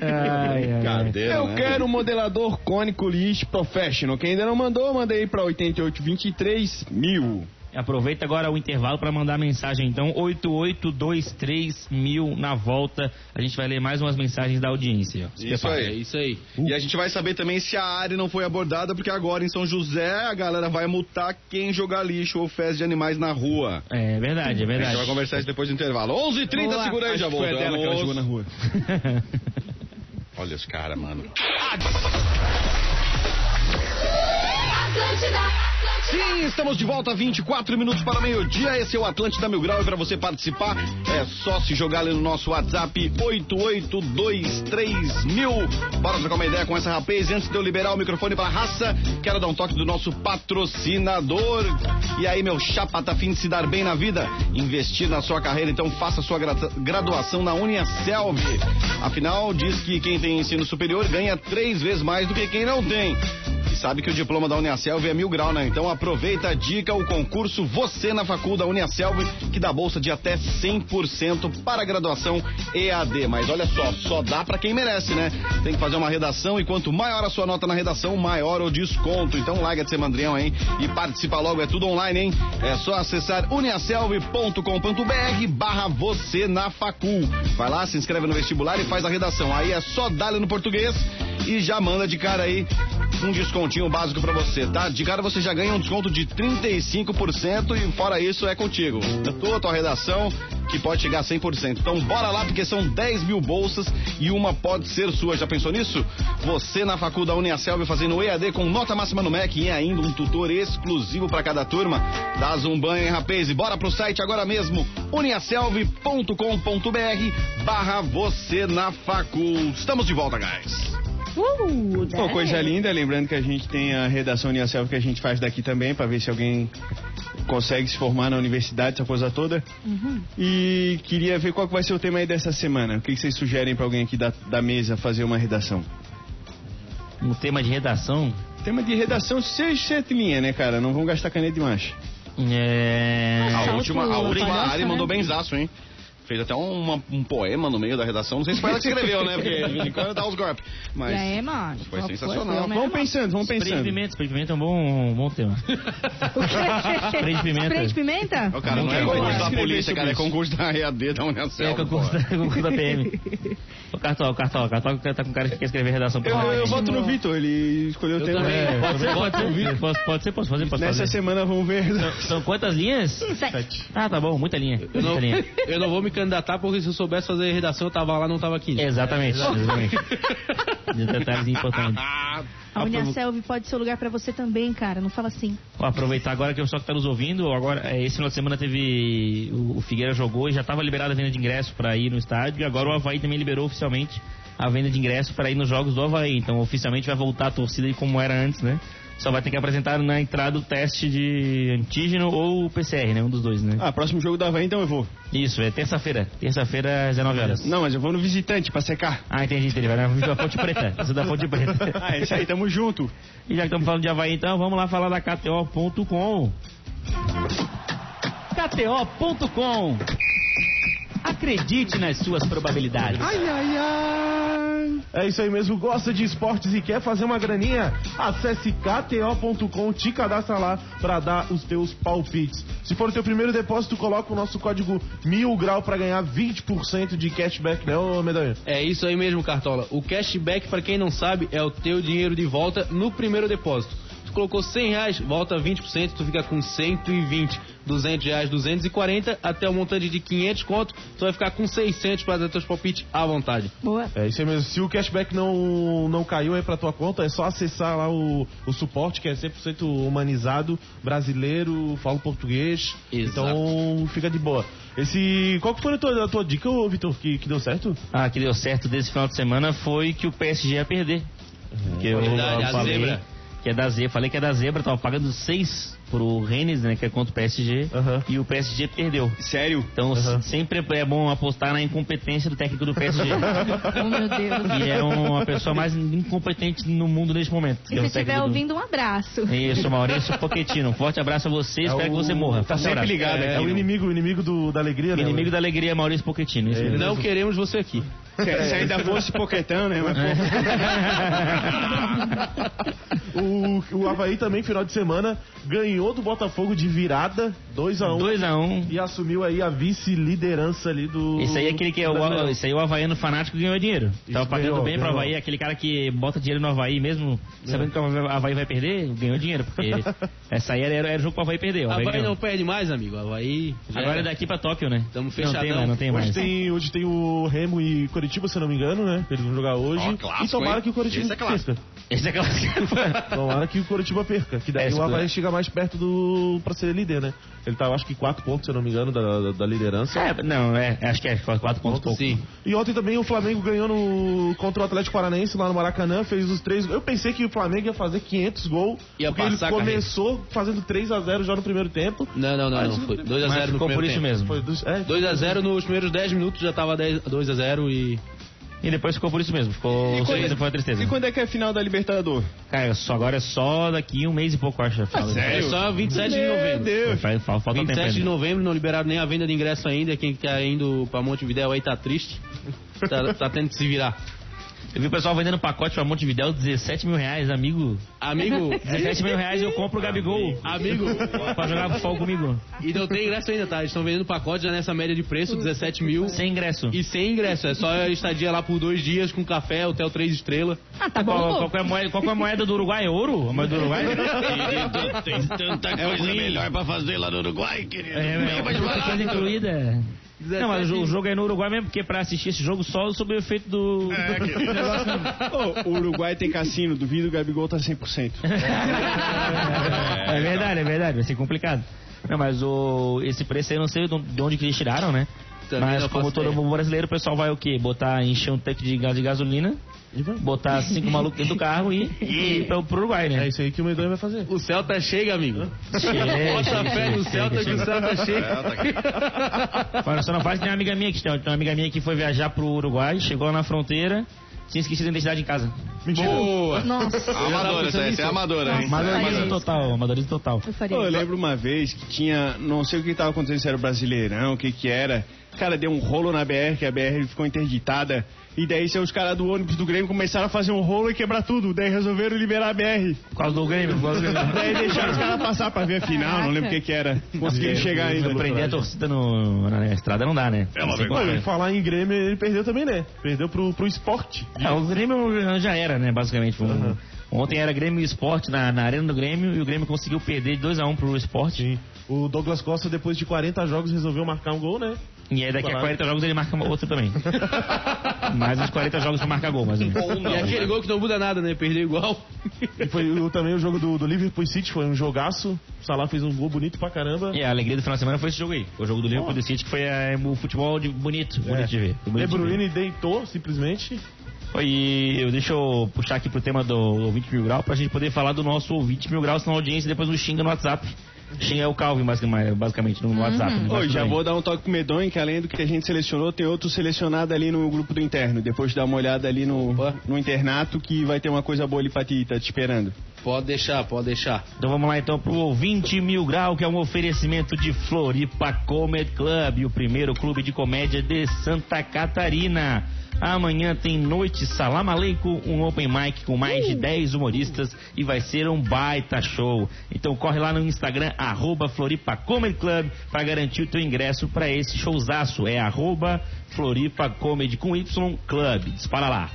S2: Ai, ai, ai.
S1: Brincadeira,
S4: Eu
S1: né?
S4: quero um modelador cônico Liz Professional. Quem ainda não mandou, mandei pra 8823 mil.
S2: Aproveita agora o intervalo para mandar mensagem, então, 8823 mil na volta. A gente vai ler mais umas mensagens da audiência. ó.
S1: Isso
S6: É
S1: aí.
S6: isso aí.
S4: Uh.
S1: E a gente vai saber também se a área não foi abordada, porque agora em São José a galera vai multar quem jogar lixo ou fezes de animais na rua.
S2: É verdade, é
S1: A gente
S2: verdade.
S1: vai conversar isso depois do intervalo. 11 h 30
S4: Boa.
S1: segura aí,
S4: Acho
S1: já
S4: que Foi a dela que ela jogou né? na
S1: voltamos.
S4: rua.
S1: Olha os caras, mano. Sim, estamos de volta, 24 minutos para o meio-dia. Esse é o Atlântida Mil Grau e para você participar é só se jogar ali no nosso WhatsApp 8823000. Bora trocar uma ideia com essa rapaz. Antes de eu liberar o microfone para raça, quero dar um toque do nosso patrocinador. E aí, meu chapa, tá afim de se dar bem na vida? Investir na sua carreira, então faça sua gra- graduação na Uniaselv. Afinal, diz que quem tem ensino superior ganha três vezes mais do que quem não tem. E sabe que o diploma da Uniaselv é mil grau, né? Então aproveita a dica, o concurso Você na Facul da Uniaselv, que dá bolsa de até 100% para a graduação EAD. Mas olha só, só dá para quem merece, né? Tem que fazer uma redação e quanto maior a sua nota na redação, maior o desconto. Então larga de ser mandrião, hein? E participa logo, é tudo online, hein? É só acessar uniaselv.com.br barra Você na Facul. Vai lá, se inscreve no vestibular e faz a redação. Aí é só dar-lhe no português e já manda de cara aí um descontinho básico pra você, tá? De cara você já ganha um desconto de 35% e fora isso é contigo. A Tua, tua redação que pode chegar a 100%. Então bora lá porque são 10 mil bolsas e uma pode ser sua. Já pensou nisso? Você na Faculdade Uniaselv fazendo EAD com nota máxima no MEC e ainda um tutor exclusivo pra cada turma. Dá um banho, hein, rapaz? E bora pro site agora mesmo, uniaselv.com.br barra você na facul. Estamos de volta, guys.
S3: Uh,
S4: Pô,
S3: né?
S5: É.
S4: coisa linda, lembrando que a gente tem a redação Uniaselv que a gente faz daqui também, pra ver se alguém consegue se formar na universidade, essa coisa toda. E queria ver qual que vai ser o tema aí dessa semana. O que que vocês sugerem pra alguém aqui da, da mesa fazer uma redação?
S2: No Um tema de redação,
S4: Tema de redação, seis, sete linhas, né, cara? Não vão gastar caneta demais.
S2: é...
S1: A
S3: Salto
S1: última, a última
S3: palhaço,
S1: Ari
S3: né?
S1: mandou benzaço, hein? Fez até uma- um poema no meio da redação. Não sei se foi ela que escreveu, né? Porque de vez em quando dá os golpes. Mas.
S3: Já é, mano.
S1: Foi
S3: Qual
S1: sensacional.
S3: foi o
S4: Vamos pensando, vamos
S2: Spray de
S4: pensando.
S2: pimenta, spray de pimenta é um bom, um bom tema.
S3: melhor?
S2: Spray de pimenta.
S3: Spray de pimenta?
S1: Ó, cara, não é
S2: Não tem
S1: concurso
S2: como
S1: da
S4: escrever
S1: polícia,
S4: sobre
S1: cara. É
S4: isso.
S1: concurso da EAD da
S2: É,
S1: Uniacelv.
S2: concurso da, concurso da PM. Ô, Cartola, Cartola, Cartola que tá com cara que quer escrever redação pra
S4: Eu, eu
S2: gente.
S4: voto no Vitor, ele escolheu o tema.
S2: É, pode ser, pode ser, posso, pode ser, posso fazer, posso
S4: Nessa
S2: fazer.
S4: semana vamos ver.
S2: São quantas linhas?
S3: Hum, Sete.
S2: Ah, tá bom, muita linha,
S6: Eu não,
S2: muita linha.
S6: eu não vou me candidatar porque se eu soubesse fazer redação, eu tava lá, não tava aqui.
S2: Exatamente, exatamente. De detalhes importantes.
S3: A Uniaselv pode ser o lugar pra você também, cara. Não fala assim.
S2: Ó, aproveitar agora que o pessoal que tá nos ouvindo, agora é, esse final de semana teve o o Figueira jogou e já estava liberada a venda de ingresso para ir no estádio e agora o Havaí também liberou oficialmente a venda de ingresso para ir nos jogos do Havaí. Então oficialmente vai voltar a torcida aí como era antes, né? Só vai ter que apresentar na entrada o teste de antígeno ou PCR, né? Um dos dois, né?
S4: Ah, próximo jogo da Havaí, então eu vou.
S2: Isso, é terça-feira. Terça-feira às 19 horas.
S4: Não, mas eu vou no visitante pra secar.
S2: Ah, entendi, entendi. Vai na Ponte Preta. Você da Ponte Preta.
S4: Ah, é isso aí, tamo junto.
S2: E já que estamos falando de Havaí, então vamos lá falar da KTO.com. KTO.com Acredite nas suas probabilidades.
S5: É isso aí mesmo, gosta de esportes e quer fazer uma graninha? Acesse kto.com, te cadastra lá pra dar os teus palpites. Se for o teu primeiro depósito, coloca o nosso código mil grau pra ganhar 20% de cashback, né, ô medalha?
S6: É isso aí mesmo, Cartola. O cashback, pra quem não sabe, é o teu dinheiro de volta no primeiro depósito. Tu colocou 100 reais, volta 20%, tu fica com 120. 200 reais, 240, até o montante de 500 conto, tu vai ficar com 600 pra dar teus palpites à vontade.
S3: Boa.
S5: É isso aí mesmo. Se o cashback não, não caiu aí pra tua conta, é só acessar lá o, o suporte, que é 100% humanizado, brasileiro, falo português.
S6: Exato.
S5: Então fica de boa. Esse. Qual que foi a tua, a tua dica, ô, Vitor, que, que deu certo?
S2: Ah, que deu certo desse final de semana foi que o PSG ia perder. que eu
S6: verdade, a
S2: falei
S6: zebra.
S2: que é da zebra. Falei que é da zebra, tava pagando 6 pro Rennes, né, que é contra o PSG,
S5: Aham.
S2: e o PSG perdeu.
S4: Sério?
S2: Então
S5: Aham.
S2: sempre é bom apostar na incompetência do técnico do PSG.
S3: Oh, meu Deus.
S2: E é uma pessoa mais incompetente no mundo neste momento.
S3: Se
S2: que é o
S3: você estiver
S2: técnico do- É.
S3: ouvindo, um abraço.
S2: Isso, Maurício Pochettino. Um forte abraço a você. espero que você morra.
S5: É Tá sempre
S2: Abraço.
S5: ligado, é,
S2: É,
S5: é o inimigo, o inimigo do, da alegria, né? É,
S2: Inimigo da alegria, Maurício Pochettino. Isso mesmo.
S6: Não Então, queremos você aqui.
S4: Se, se ainda fosse poquetão, né? Mas, pô,
S5: O, o Havaí também, final de semana, ganhou do Botafogo de virada, 2x1,
S2: 2x1. Um.
S5: e assumiu aí a vice-liderança ali do.
S2: Isso aí é aquele que é o,
S5: brasileiro.
S2: isso aí é o Havaiano fanático que ganhou dinheiro. Tava
S5: Isso,
S2: pagando
S5: ganhou,
S2: bem pro
S5: ganhou. É.
S2: Havaí, aquele cara que bota dinheiro no Havaí mesmo, sabendo que o Havaí vai perder, ganhou dinheiro, porque essa aí era, era o jogo pro Havaí perder. O Havaí
S6: Havaí
S2: ganhou.
S6: não perde mais, amigo. Havaí. já
S2: Tá Agora é
S6: era.
S2: daqui pra Tóquio, né?
S6: Tamo
S2: Não tem
S6: fechadão.
S2: mais, não tem
S5: Hoje
S2: mais.
S5: tem, hoje tem o Remo e Curitiba, se eu não me engano, né? Eles vão jogar hoje.
S1: Ó, clássico,
S5: e tomara
S1: hein?
S5: que o Curitiba
S1: Esse é clássico.
S5: perca.
S2: Esse é aquela...
S5: Tomara que o Curitiba perca. Que daí
S2: É,
S5: o
S2: isso
S5: Havaí
S4: né?
S2: é.
S5: chega mais perto do. pra ser líder, né? Ele tá, eu acho que 4 pontos, se eu não me engano, da, da- da liderança.
S2: É, não, é, acho que é 4 pontos pouco.
S6: Sim.
S5: E ontem também o Flamengo ganhou no, contra o Atlético Paranaense lá no Maracanã, fez os três. Eu pensei que o Flamengo ia fazer 500 gols,
S6: Ia
S5: porque ele
S6: passar a carreira.
S5: começou fazendo 3 a 0 já no primeiro tempo.
S6: Não, não, não. não. Foi 2x0
S2: Mas ficou
S6: no primeiro
S2: por isso
S6: tempo.
S2: mesmo.
S5: Foi dos, é,
S6: 2x0 nos primeiros 10 minutos já tava 2x0 e
S2: E depois ficou por isso mesmo. Ficou.
S4: E quando-
S2: foi uma tristeza.
S4: E quando é que é a final da Libertadores?
S2: Cara, só, agora é só daqui um mês e pouco, eu acho. fala.
S6: É só 27 de
S4: Meu
S6: novembro.
S4: Deus.
S2: Faz- fal- Falta tempo
S6: 27 de
S2: ainda.
S6: novembro, não liberaram nem a venda de ingresso ainda. Quem tá indo pra Montevidéu aí tá triste. Tá, tá tendo que se virar.
S2: Eu vi o pessoal vendendo pacote pra Montevidéu, 17 mil reais, amigo.
S6: Amigo,
S2: 17 mil reais eu compro o Gabigol.
S6: amigo,
S2: Pra jogar futebol comigo.
S6: e não tem ingresso ainda, tá? Eles estão vendendo pacote já nessa média de preço, 17 mil.
S2: Sem ingresso.
S6: E sem ingresso, é só estadia lá por dois dias com café, hotel três estrelas.
S3: Ah, tá
S2: Qual,
S3: bom.
S2: qual que é a moeda, qual que é a moeda do Uruguai? É ouro? A moeda do Uruguai?
S1: Tem tanta coisa É melhor pra fazer lá no Uruguai, querido.
S2: É,
S1: Bem
S2: meu,
S1: mais
S2: muita
S1: barato.
S2: coisa incluída. Não, mas o jogo é no Uruguai mesmo, porque pra assistir esse jogo só sob o efeito do...
S1: É, querido.
S4: Ô, o Uruguai tem cassino, duvido o Gabigol tá 100%.
S2: É verdade, é verdade, vai ser complicado. Não, mas o, esse preço aí eu não sei de de onde que eles tiraram, né?
S6: Também
S2: mas
S6: não
S2: como
S6: faço
S2: todo
S6: ideia.
S2: mundo brasileiro, o pessoal vai o quê? Botar, encher um tanque de, ga- de gasolina, botar cinco malucos dentro do carro e, e ir pra- pro Uruguai,
S5: É
S2: né?
S5: isso aí que o Medonho vai fazer.
S6: O Celta chega, amigo.
S2: Chega,
S6: Bota
S2: chega,
S6: fé
S2: chega,
S6: no Celta que
S2: chega.
S6: o Celta
S2: É,
S6: chega.
S2: tá Fala, só não faz, tem uma amiga minha que tem uma amiga minha que foi viajar pro Uruguai, chegou lá na fronteira, tinha esquecido a identidade em casa.
S6: Boa!
S3: Nossa,
S1: Amadora, essa essa é amadora, hein?
S2: Amadorismo
S3: Amadorismo.
S2: total, amadorismo total.
S3: eu faria
S4: Pô, eu
S3: isso.
S4: lembro uma vez que tinha, não sei o que tava acontecendo, se era o Brasileirão, o que que era. Cara, deu um rolo na BR, que a BR ficou interditada. E daí se os caras do ônibus do Grêmio começaram a fazer um rolo e quebrar tudo. Daí resolveram liberar a BR.
S2: Por causa do Grêmio, por causa do Grêmio.
S4: Daí deixaram os caras passar pra ver a final, não lembro o que que era.
S6: Tá
S4: Conseguiram chegar ainda.
S2: Prender a torcida no, na estrada não dá, né? Não sei como
S5: Olha,
S2: é.
S5: e falar em Grêmio, ele perdeu também, né? Perdeu pro, pro esporte.
S2: Ah, o Grêmio já era, né? Basicamente. Um-
S5: Aham.
S2: Ontem era Grêmio e Esporte na, na arena do Grêmio e o Grêmio conseguiu perder de 2x1 pro Esporte.
S5: O Douglas Costa, depois de 40 jogos, resolveu marcar um gol, né?
S2: E aí daqui a
S5: Claro.
S2: 40 jogos ele marca outro também. mais uns 40 jogos pra marcar gol, mais ou menos.
S4: né?
S6: E aquele gol que não muda nada, né? Perdeu igual.
S5: E foi o- também o jogo do, do Liverpool City, foi um jogaço. O Salah fez um gol bonito pra caramba.
S2: E é a alegria do final de semana foi esse jogo aí. O jogo do Liverpool do City, que foi é, o futebol de
S4: É.
S2: bonito, bonito de ver. Bonito
S5: De
S2: de ver.
S5: Bruyne deitou, simplesmente.
S2: Oi, e eu, deixa eu puxar aqui pro tema do ouvinte mil grau pra gente poder falar do nosso ouvinte mil grau, senão a audiência depois nos xinga no WhatsApp. Xinga é o Calvin, basicamente, basicamente, no WhatsApp. no
S4: Oi,
S2: nosso
S4: já
S2: também.
S4: vou dar um toque pro Medonho, que além do que a gente selecionou, tem outro selecionado ali no grupo do interno. Depois dá uma olhada ali no, no internato, que vai ter uma coisa boa ali pra ti, tá te esperando.
S6: Pode deixar, pode deixar.
S2: Então vamos lá então pro ouvinte mil grau, que é um oferecimento de Floripa Comedy Club, o primeiro clube de comédia de Santa Catarina. Amanhã tem Noite Salam Aleikum, um open mic com mais de 10 humoristas e vai ser um baita show. Então corre lá no Instagram, arroba Floripa Comedy Club, pra garantir o teu ingresso pra esse showzaço. É arroba Floripa Comedy com Y Club. Dispara lá.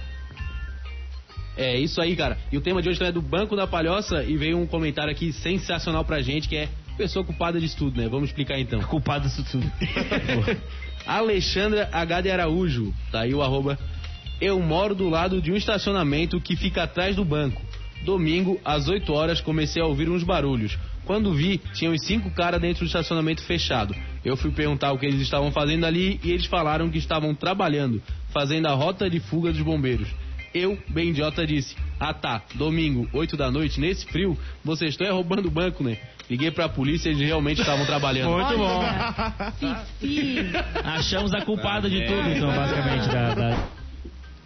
S6: É isso aí, cara. E o tema de hoje então, é do Banco da Palhoça e veio um comentário aqui sensacional pra gente que é pessoa culpada disso tudo, né? Vamos explicar então.
S2: Culpado disso tudo.
S6: Alexandra H. de Araújo, tá aí o arroba. Eu moro do lado de um estacionamento que fica atrás do banco. Domingo, às 8 horas, comecei a ouvir uns barulhos. Quando vi, tinha uns cinco caras dentro do estacionamento fechado. Eu fui perguntar o que eles estavam fazendo ali e eles falaram que estavam trabalhando, fazendo a rota de fuga dos bombeiros. Eu, bem idiota, disse: Ah tá, domingo, 8 da noite, nesse frio, vocês estão é roubando o banco, né? Liguei pra polícia e eles realmente estavam trabalhando.
S2: Muito bom. É.
S3: Fifi.
S2: Achamos a culpada de tudo, então, basicamente. Da, da...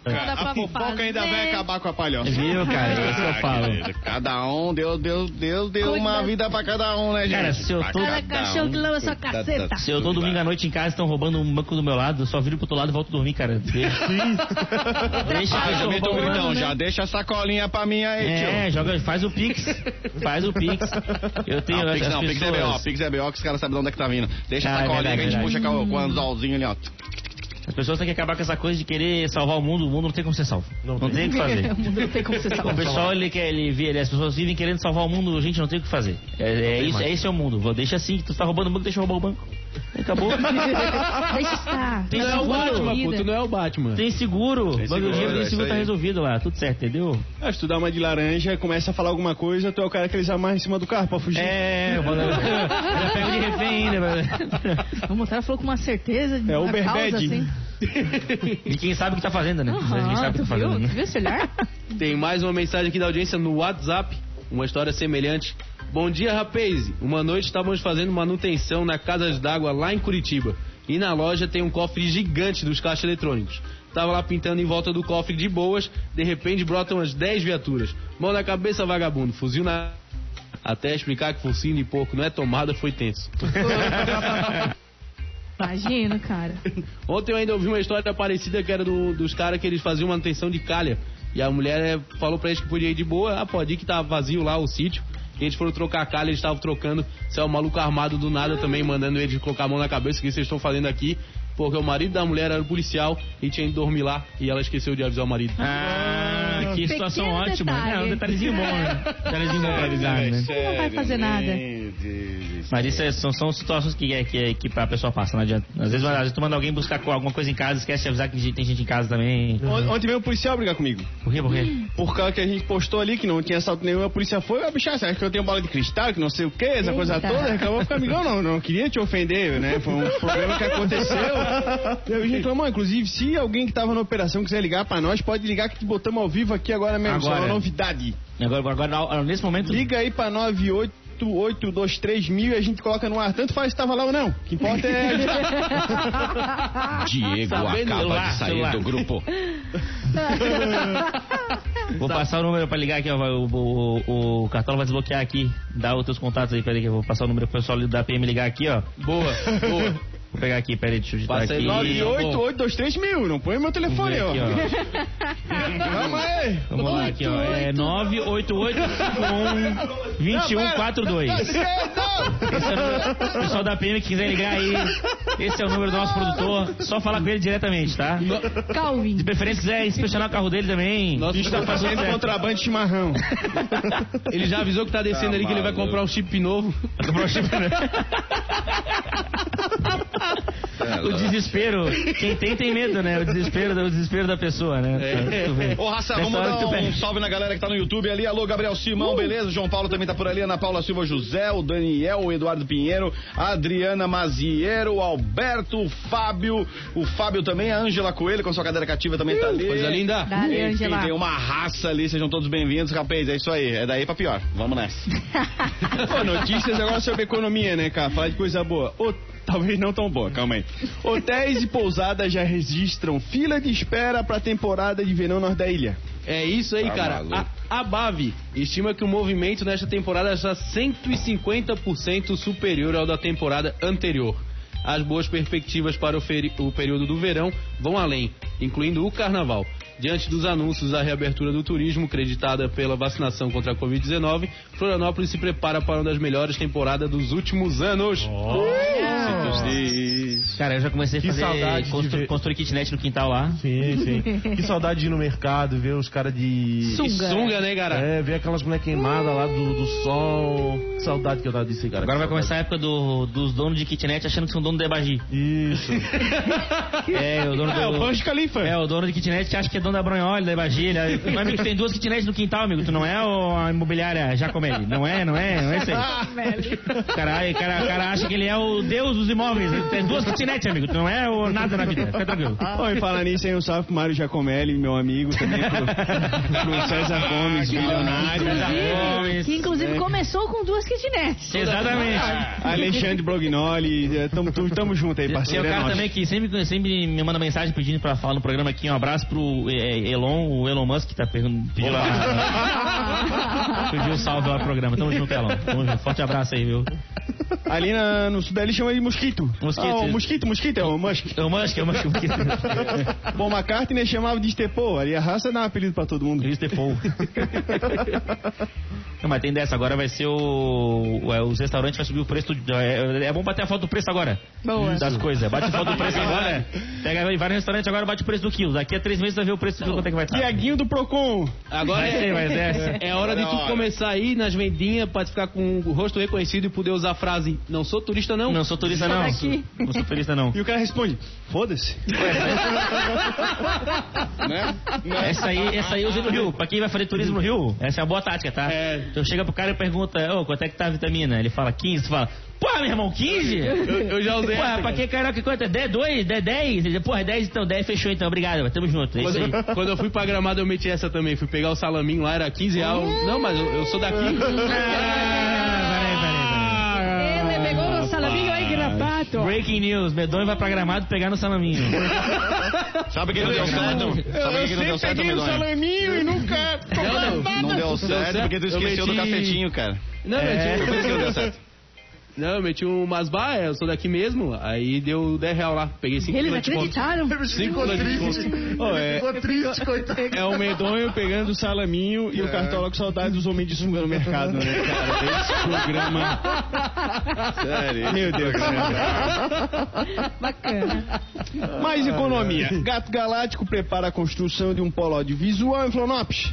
S3: Não dá pra
S1: A fofoca
S3: fazer.
S1: ainda vai acabar com a palhoça.
S2: Viu, cara? É isso que eu falo.
S1: querido, Cada um deu, deu, deu, deu
S3: Coisa-
S1: uma vida pra cada um, né, gente?
S2: Cara, se eu
S1: Pra
S2: tô-
S1: cada
S3: Cada cachorro que
S1: um.
S3: lama sua
S1: Coitado
S3: caceta.
S1: da-
S2: Se eu tô domingo à noite em casa, estão roubando um banco do meu lado, eu só viro pro outro lado e volto dormir, cara. Deixa Deixa o
S1: Ah, eu
S2: cachorro
S1: também tô
S2: roubar o
S1: gritão,
S2: banco, né?
S1: já deixa a sacolinha pra mim aí,
S2: É,
S1: tio.
S2: joga, faz o Pix. Faz o Pix. Eu tenho
S1: Não,
S2: as
S1: Pix não, Pix é BO,
S2: pessoas,
S1: Pix é BO que os caras sabem de onde é que tá vindo. Deixa
S2: Ah,
S1: a
S2: é
S1: sacolinha que a gente
S2: verdade,
S1: puxa com o- com o anzolzinho ali, ó.
S2: as pessoas têm que acabar com essa coisa de querer salvar o mundo, o mundo não tem como ser salvo. Não, tem o que fazer.
S3: Não tem como você
S2: O
S3: salvar.
S2: pessoal, ele quer, ele, vê, ele- as pessoas vivem querendo salvar o mundo, gente, não tem o que fazer. É, é isso, é esse é o mundo. Vou- Deixa assim, que tu tá roubando o banco, deixa eu roubar o banco. Acabou.
S3: Deixa estar.
S2: Tem
S6: Tu não é o
S2: seguro.
S6: Batman, pô, tu
S4: né?
S6: não é o Batman.
S2: Tem seguro. Tem
S1: seguro,
S2: seguro,
S1: é
S2: tem
S1: isso
S2: seguro tá
S1: aí.
S2: resolvido lá, tudo certo, entendeu?
S4: Ah, se tu dá uma de laranja, começa a falar alguma coisa, tu é o cara que eles amarram em cima do carro pra fugir.
S2: É, eu já pego de refém ainda. mas-
S3: Vamos ela falou com uma certeza de
S4: É
S3: uma
S4: Uber
S3: causa,
S4: Bad.
S3: assim.
S2: E quem sabe o que tá fazendo, né? Quem
S3: Aham,
S2: sabe o que
S3: tu
S2: tá
S3: viu?
S2: fazendo,
S3: Tu
S2: né?
S3: viu esse olhar?
S6: Tem mais uma mensagem aqui da audiência no WhatsApp, uma história semelhante. Bom dia, rapaz. Uma noite estávamos fazendo manutenção na casa d'água lá em Curitiba. E na loja tem um cofre gigante dos caixas eletrônicos. Tava lá pintando em volta do cofre de boas, de repente brotam umas 10 viaturas. Mão na cabeça, vagabundo, fuzil na. Até explicar que focinho de porco não é tomada foi tenso.
S3: Imagino, cara.
S6: Ontem eu ainda ouvi uma história parecida que era do- dos caras que eles faziam manutenção de calha. E a mulher eh, falou pra eles que podia ir de boa. Ah, pode ir que tá vazio lá o sítio. E eles foram trocar a calha, eles estavam trocando. Saiu o maluco armado do nada também, mandando eles colocar a mão na cabeça. O que vocês estão fazendo aqui? Porque o marido da mulher era policial e tinha ido dormir lá. E ela esqueceu de avisar o marido.
S2: Ah, que situação
S3: Pequeno
S2: ótima.
S3: detalhe.
S2: É, um detalhezinho bom, né? Detalhezinho bom pra avisar, né?
S3: Não vai fazer nada.
S2: Mas isso é- são, são situações que, é- que, é- que a pessoa passa, não adianta. Às vezes, às vezes tu manda alguém buscar co- alguma coisa em casa, esquece de avisar que gente- tem gente em casa também.
S4: On- Ontem veio um policial brigar comigo.
S2: Por quê? Por quê?
S3: Uhum.
S4: Por causa que a gente postou ali que não tinha assalto nenhum, a polícia foi, ah, bicho, você acha que eu tenho bola de cristal, que não sei o que, essa coisa
S3: Eita.
S4: toda, reclamou, fica amigão, não, não queria te ofender, né? Foi um problema que aconteceu. E a gente reclamou, inclusive, se alguém que tava na operação quiser ligar pra nós, pode ligar que te botamos ao vivo aqui agora mesmo, só
S2: Agora.
S4: uma novidade.
S2: Agora, agora, agora, nesse momento.
S4: Liga aí pra 98823 mil e a gente coloca no ar, tanto faz se tava lá ou não, o que importa é...
S1: Diego
S2: Sabendo
S1: acaba
S2: lá,
S1: de sair
S2: celular.
S1: do grupo.
S2: Vou passar o número pra ligar aqui, ó, vai, o, o, o Cartola vai desbloquear aqui. Dá os teus contatos aí, peraí, que eu vou passar o número pro pessoal da PM ligar aqui, ó.
S6: Boa, boa.
S2: Vou pegar aqui, peraí, deixa eu digitar
S6: Passa aí,
S2: aqui.
S6: nove e
S4: 98823 mil, não põe meu
S2: Vamos
S4: telefone,
S2: ver
S4: ó.
S2: aqui, ó.
S4: Calma aí.
S2: Vamos lá aqui, ó. É 988-51-2142. Pessoal da PM que quiser ligar aí, esse é o número do nosso produtor. Só falar com ele diretamente, tá?
S3: Calvin.
S2: De preferência, quiser inspecionar o carro dele também.
S6: Nosso
S4: Bicho tá fazendo contrabando de chimarrão.
S6: Ele já avisou que tá descendo ali que ele vai
S1: maluco.
S6: comprar um chip novo.
S2: O desespero, quem tem tem medo, né? O desespero, o desespero da pessoa, né? Tu vê.
S1: Ô, Raça,
S2: Nessa
S1: vamos
S2: hora que
S1: dar
S2: tu
S1: um
S2: pega.
S1: salve na galera que tá no YouTube ali. Alô, Gabriel
S6: Uh!
S1: Simão, beleza? João Paulo também tá por ali. Ana Paula Silva José, o Daniel, o Eduardo Pinheiro, a Adriana Maziero, o Alberto, o Fábio, o Fábio também, a Ângela Coelho com sua cadeira cativa também tá ali.
S6: Uh! Coisa linda.
S3: Dali,
S1: Enfim,
S3: Angela.
S1: tem uma raça ali, sejam todos bem-vindos, rapaz. É isso aí, é daí pra pior. Vamos nessa.
S4: Pô, notícias agora sobre economia, né, cara? Falar de coisa boa. Ou talvez não tão boa, calma aí. Hotéis e pousadas já registram fila de espera pra temporada de verão norte da ilha.
S6: É isso aí,
S1: Tá
S6: cara.
S1: maluco.
S6: A, a BAV estima que o movimento nesta temporada está 150% superior ao da temporada anterior. As boas perspectivas para o, feri- o período do verão vão além, incluindo o carnaval. Diante dos anúncios da reabertura do turismo, creditada pela vacinação contra a Covid-19, Florianópolis se prepara para uma das melhores temporadas dos últimos anos.
S2: Cara, eu já comecei a
S5: Que
S2: fazer,
S5: saudade de
S2: constru-
S5: ver.
S2: construir kitnet no quintal lá.
S5: Sim, sim. Que saudade de ir no mercado, ver os caras de.
S6: Que sunga, né, cara?
S5: É, ver aquelas mulheres queimadas lá do, do sol. Que saudade que eu tava disso, cara.
S2: Agora vai
S5: Que
S2: começar
S5: saudade.
S2: a época do- dos donos de kitnet achando que são dono de Ebagi.
S5: Isso.
S2: É, o dono
S4: É, o
S2: do...
S4: Pancho Califa.
S2: É,
S4: É,
S2: o dono de kitnet acha que é dono da Branholi, da Ibagilha. Mas, amigo, tu tem duas kitnets no quintal, amigo. Tu não é o, a imobiliária Jacomelli. Não é, não é, não é isso aí. Caralho, o cara, o cara acha que ele é o deus dos imóveis. Ele tem duas kitnets, amigo. Tu não é o nada na vida. Fica tranquilo.
S4: Oi, falar nisso aí, um salve pro Mário Giacomelli, meu amigo, também pro, pro César Gomes, bilionário.
S2: Gomes.
S3: Inclusive, que inclusive começou com duas kitnets.
S4: Ah,
S2: Exatamente.
S4: Alexandre Brognoli, é, tamo, tu- tamo junto aí,
S2: E o
S4: parceiro. é
S2: um cara
S4: nóis.
S2: também que sempre, sempre me manda mensagem pedindo pra falar no programa aqui. Um abraço pro eh, Elon, o Elon Musk que tá perguntando. Pediu, lá, pediu um salve lá pro programa. Tamo junto, Elon. Tamo junto. Forte abraço aí, viu?
S4: Ali na- no sul da ilha chama de mosquito.
S2: Mosquito.
S4: Ah, o mosquito, mosquito, é o Musk.
S2: Elon Musk, Elon Musk.
S4: Bom, McCartney né, chamava de Estepô, ali a raça dá um apelido pra todo mundo.
S2: Luiz Depou. é Não, mas tem dessa, agora vai ser o. o- é, Os restaurantes vai subir o preço. do- É, é bom bater a foto do preço agora.
S3: Boa.
S2: Das coisas. Bate a foto do preço agora. né? Pega, vai vai no restaurante agora, bate o preço do quilo. Daqui a três meses vai ver o preço do quilo, quanto é que vai estar.
S4: Tiaguinho do Procon.
S6: Agora
S2: Vai ser,
S6: é,
S2: vai ser.
S6: é hora de
S1: Agora é a
S6: tu
S1: hora.
S6: começar a ir nas vendinhas pra ficar com o rosto reconhecido e poder usar a frase não sou turista não.
S2: Não sou turista, não.
S3: Aqui.
S2: Não sou turista, não.
S4: E o cara responde: Foda-se.
S2: Essa aí, essa aí eu usei no Rio. Pra quem vai fazer turismo no Rio, essa é uma boa tática, tá?
S6: É.
S2: Então chega pro cara e pergunta, ô, quanto é que tá a vitamina? Ele fala 15, tu fala, porra, meu irmão, 15?
S6: Eu, eu já usei
S2: Porra,
S6: essa,
S2: pra que carioca quanto? É 10, 2, 10, 10? Ele diz, Porra, é 10 então, 10 fechou então, obrigado, mas tamo junto. É isso aí.
S6: Quando, quando eu fui pra Gramado, eu meti essa também. Fui pegar o salaminho lá, era 15 reais. Não, mas eu, eu sou daqui.
S2: Hum. Ah, peraí, peraí, peraí.
S3: Ele pegou o salaminho aí, gravata. Perfeito.
S2: Breaking news, Medonho vai pra Gramado pegar no salaminho.
S1: Sabe quem não deu certo? Sabe quem não deu certo, Medonha?
S4: salaminho e nunca
S6: Não, não.
S1: Não deu certo
S6: certo.
S1: porque tu
S6: Eu
S1: esqueceu do
S6: meti-
S1: cafetinho, cara.
S6: Não,
S2: É.
S1: Por isso que não
S6: eu
S1: deu
S6: meti um...
S1: certo.
S6: Não, eu meti um Masbah, eu sou daqui mesmo. Aí deu 10 real lá. Peguei 5
S3: Eles acreditaram?
S6: Cinco
S7: Ficou
S6: anos de
S7: triste.
S4: Ó,
S7: Ele
S4: é-
S7: Ficou triste, coitado. É.
S4: É o medonho pegando o salaminho e o cartola com saudade dos homens de sunga no mercado, né, cara? Esse programa.
S1: Sério.
S4: Meu Deus.
S3: Bacana.
S4: Mais economia. Gato Galáctico prepara a construção de um polo visual em Florianópolis.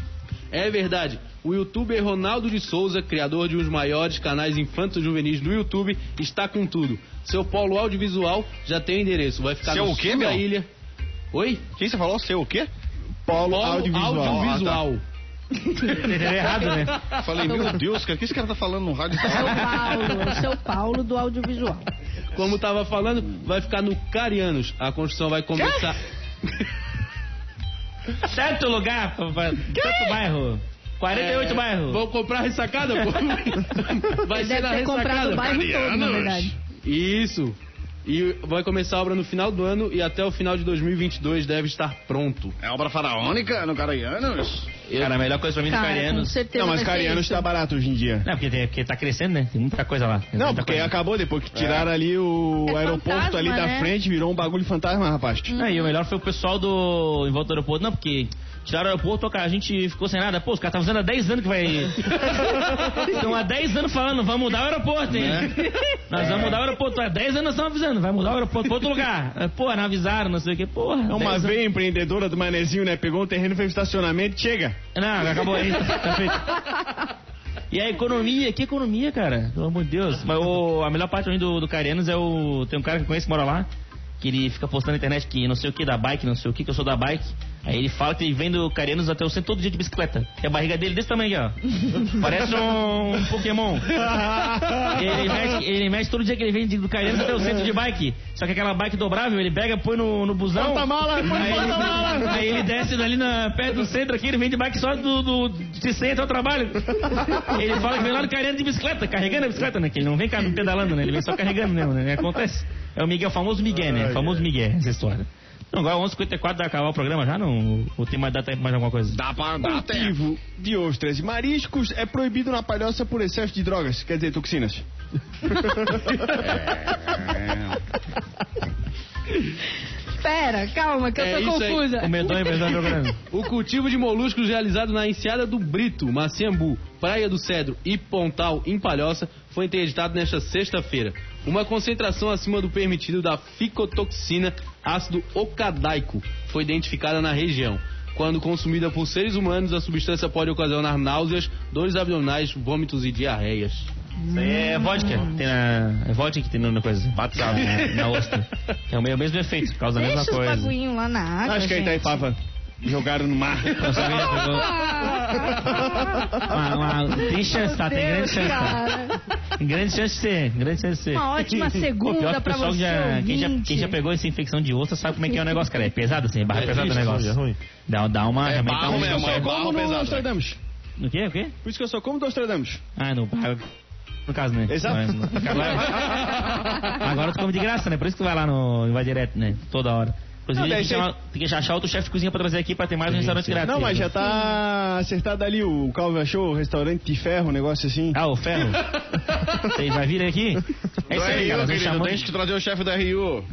S6: É verdade. O youtuber Ronaldo de Souza, criador de um dos maiores canais infantos juvenis do YouTube, está com tudo. Seu polo audiovisual já tem o endereço. Vai ficar
S1: Seu
S6: no
S1: o quê,
S6: sul
S1: meu?
S6: da ilha. Oi?
S1: Quem você falou? Seu o quê?
S4: Polo,
S6: Polo
S4: audiovisual.
S6: audiovisual. Ah,
S1: Ah,
S2: Entendeu errado, né?
S1: Falei, meu Deus, cara, o que esse cara tá falando no rádio?
S3: São Paulo. é o São Paulo do audiovisual.
S1: tá.
S6: Como estava falando, vai ficar no Carianos. A construção vai começar.
S2: Certo lugar, pra- pra- certo bairro. 48
S4: É.
S2: bairros.
S6: Vão É, comprar a ressacada, pô? Vai
S3: Ele
S6: ser
S3: deve
S6: na
S3: ter comprado o
S6: ressacada.
S3: bairro todo, na verdade.
S6: Isso. E vai começar a obra no final do ano e até o final de 2022 deve estar pronto.
S1: É obra faraônica no Caraianos?
S2: Cara, a melhor coisa pra mim de
S3: Cara, com
S2: Carianos.
S3: certeza.
S4: Não, mas
S3: vai ser
S4: Carianos
S3: isso.
S4: tá barato hoje em dia.
S2: Não, porque, tem, porque tá crescendo, né? Tem muita coisa lá. Tem
S4: Não,
S2: muita
S4: porque
S2: coisa.
S4: acabou depois que tiraram ali o
S3: É
S4: aeroporto
S3: fantasma,
S4: ali da
S3: né?
S4: frente, virou um bagulho fantasma, rapaz.
S2: Não, É, e o melhor foi o pessoal do. em volta do aeroporto. Não, porque tiraram o aeroporto, cara, a gente ficou sem nada. Pô, os caras tá fazendo há 10 anos que vai. Estão há 10 anos falando, vamos mudar o aeroporto, hein?
S4: Né?
S2: Nós
S4: É.
S2: vamos mudar o aeroporto. Há 10 anos nós estamos avisando, vai mudar o aeroporto pra outro lugar. Pô, não avisaram, não sei o quê. Porra.
S4: É uma
S2: 10 anos.
S4: veia empreendedora do Manezinho, né? Pegou um terreno, fez estacionamento, chega.
S2: Não, acabou aí. Tá feito. E a economia, que economia, cara? Pelo amor de Deus. Mas o- a melhor parte pra mim do, do Carianos é o. Tem um cara que eu conheço que mora lá, que ele fica postando na internet que não sei o que da bike, não sei o que, que eu sou da bike. Aí ele fala que ele vem do Carianos até o centro todo dia de bicicleta. E a barriga dele desse tamanho aqui, ó. Parece um, Pokémon. Ele mexe, ele mexe todo dia que ele vem de- do Carianos até o centro de bike. Só que aquela bike dobrável, ele pega, põe no, no busão.
S4: mala,
S2: Aí ele, aí ele desce ali na, perto do centro aqui, ele vem de bike só do, do, de centro ao trabalho. Ele fala que vem lá do Cariano de bicicleta, carregando a bicicleta, né? Que ele não vem cá não pedalando, né? Ele vem só carregando mesmo, né? Acontece. É o Miguel, o famoso Miguel, né? O famoso Miguel, essa história. Então, agora 11h54 vai acabar o programa já? Não? Ou tem mais, dá tempo mais alguma coisa?
S1: Dá pra
S4: O
S1: dar até.
S4: cultivo de ostras e mariscos é proibido na palhoça por excesso de drogas, quer dizer, toxinas.
S3: Pera, calma, que
S6: É
S3: eu tô
S6: isso aí.
S3: confusa.
S2: O medonho vai estar jogando.
S6: O cultivo de moluscos realizado na enseada do Brito, Maciambu, Praia do Cedro e Pontal, em Palhoça, foi interditado nesta sexta-feira. Uma concentração acima do permitido da ficotoxina ácido ocadaico foi identificada na região. Quando consumida por seres humanos, a substância pode ocasionar náuseas, dores abdominais, vômitos e diarreias.
S2: Isso aí é vodka. Tem na, é vodka que tem na coisa. Batizado. Na, na ostra. É o meio- o mesmo efeito, causa a
S3: Deixa
S2: mesma
S3: os
S2: coisa.
S3: bagulhinhos lá na água.
S4: Acho que a
S3: gente.
S4: Itaipava jogaram no mar.
S2: Sabe, né? Pegou- Uma, uma- Ah, tem chance, tá? Tem grande
S3: Deus,
S2: chance. Tá?
S3: cara.
S2: Tem Grande chance de ser, grande chance de ser.
S3: Uma ótima segunda
S2: Pô, pior que o
S3: pra
S2: pessoal
S3: você,
S2: já, quem, já,
S3: ouvinte.
S2: quem já pegou essa infecção de osso sabe como é que é o negócio, cara. É pesado assim, barra
S6: É
S2: pesada o
S6: triste,
S2: negócio.
S5: É ruim.
S2: Dá, dá uma.
S1: É
S2: realmente dá
S4: Ah,
S1: barro
S2: um-
S1: mesmo, é barro
S4: Como no
S1: pesado.
S4: Nostradamus.
S2: No quê? O quê?
S4: Por isso que eu só como Nostradamus.
S2: Ah, no barro. No caso, né?
S4: Exato.
S2: Não, não. Agora- Agora tu come de graça, né? Por isso que tu vai lá no. Vai direto, né? Toda hora. Inclusive, tem,
S4: Não, daí
S2: que
S4: você-
S2: chamar, tem que achar outro chefe de cozinha pra trazer aqui pra ter mais um restaurante grátis.
S4: Não, mas já tá acertado ali o Calvo achou, o restaurante de ferro, um negócio assim.
S2: Ah, o ferro? Vocês vai vir aqui? É
S1: Do
S2: isso aí,
S1: RU,
S2: galera.
S1: querido,
S2: Chamando...
S1: tem que trazer o chefe da RU.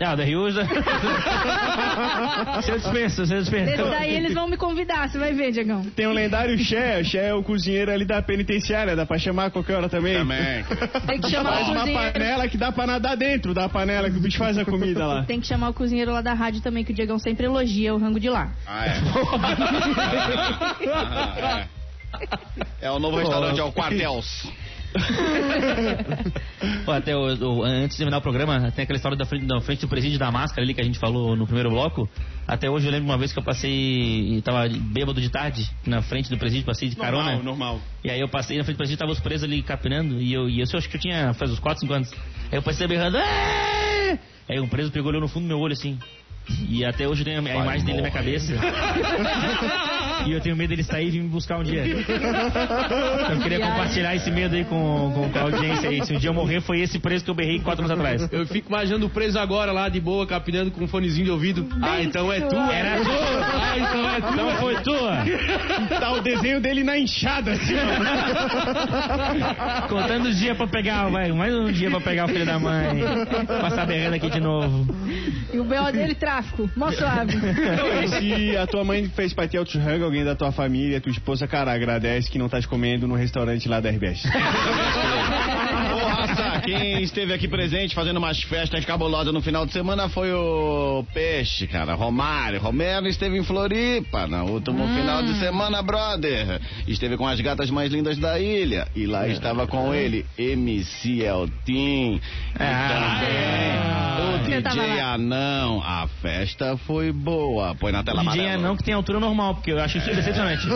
S2: Ah, o da Rio já. Você dispensa, você dispensa.
S3: Esse daí eles vão me convidar, você vai ver, Diegão.
S4: Tem o lendário Xé, Xé é o cozinheiro ali da penitenciária, dá pra chamar a qualquer hora também.
S1: Também.
S3: Tem que chamar o
S4: Faz uma
S3: cozinheiro.
S4: panela que dá pra nadar dentro da panela que o bicho faz a comida lá.
S3: Tem que chamar o cozinheiro lá da rádio também, que o Diegão sempre elogia o rango de lá.
S1: Ah, é. Ah, é. É o novo restaurante, é o Quartels.
S2: Pô, até o, o- antes de terminar o programa, tem aquela história da frente, da frente do presídio da máscara ali que a gente falou no primeiro bloco. Até hoje eu lembro uma vez que eu passei e tava bêbado de tarde na frente do presídio, passei de carona.
S4: normal. né?
S2: E aí eu passei na frente do presídio, tava os presos ali capinando. E eu, e eu, eu acho que eu tinha faz uns 4, 5 anos. Aí eu passei berrando. "Aaah!" Aí o preso pegou olhou no fundo do meu olho assim. E até hoje eu tenho a, a imagem dele na minha cabeça. E eu tenho medo dele sair e vir me buscar um dia. Eu queria compartilhar esse medo aí com, com, com a audiência aí. Se um dia eu morrer, foi esse preço que eu berrei quatro anos atrás.
S6: Eu fico imaginando o preso agora lá de boa, capinando com um fonezinho de ouvido. ah, então é tua.
S2: Era
S6: tua. Ah, então é tua.
S2: Não foi tua?
S4: Tá o desenho dele na enxada, assim,
S2: Contando os dias pra pegar, vai, mais um dia pra pegar o filho da mãe. Passar berrando aqui de novo.
S3: E o B.O. dele, tráfico. Mó suave.
S4: Então, e se a tua mãe fez pra ti churrasco, alguém da tua família, tua esposa, cara, agradece que não estás comendo no restaurante lá da RBS.
S1: Ô, raça, quem esteve aqui presente fazendo umas festas cabulosas no final de semana foi o Peixe, cara. Romário. Romero esteve em Floripa no último
S3: Ah.
S1: final de semana, brother. Esteve com as gatas mais lindas da ilha. E lá
S3: É.
S1: estava com ele, MC Eltim. E também
S3: Você
S1: o
S3: Ah. tava
S1: DJ
S3: lá.
S1: Anão. Ah, A festa foi boa. Põe na tela
S2: DJ
S1: amarela.
S2: é não que tem altura normal, porque eu acho isso decepcionante.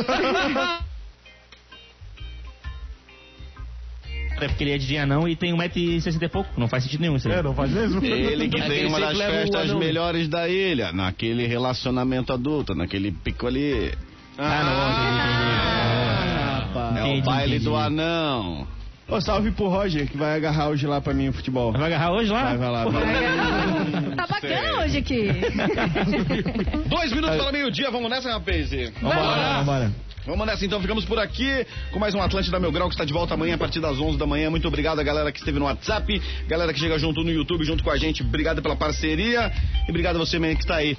S2: Até porque ele é DJ anão e tem 1,60m e pouco. Não faz sentido nenhum isso aí.
S5: É, não faz mesmo?
S1: Ele que
S6: É que
S1: tem uma
S6: sempre
S1: das
S6: leva o
S1: festas
S6: anão.
S1: melhores da ilha, naquele relacionamento adulto, naquele pico ali.
S4: rapaz.
S1: É o
S2: Entendi,
S1: baile
S2: entendi.
S1: do anão.
S4: Ô, salve pro Roger, que vai agarrar hoje lá pra mim o futebol.
S2: Vai agarrar hoje lá?
S4: Vai, vai lá. Vai.
S3: Tá bacana hoje aqui.
S1: Dois minutos para meio-dia, vamos nessa, rapaz?
S2: Vambora, vambora.
S1: Vamos nessa então, ficamos por aqui com mais um Atlântida Meu Grau que está de volta amanhã a partir das 11 da manhã. Muito obrigado a galera que esteve no WhatsApp, galera que chega junto no YouTube, junto com a gente. Obrigado pela parceria e obrigado a você mesmo que está aí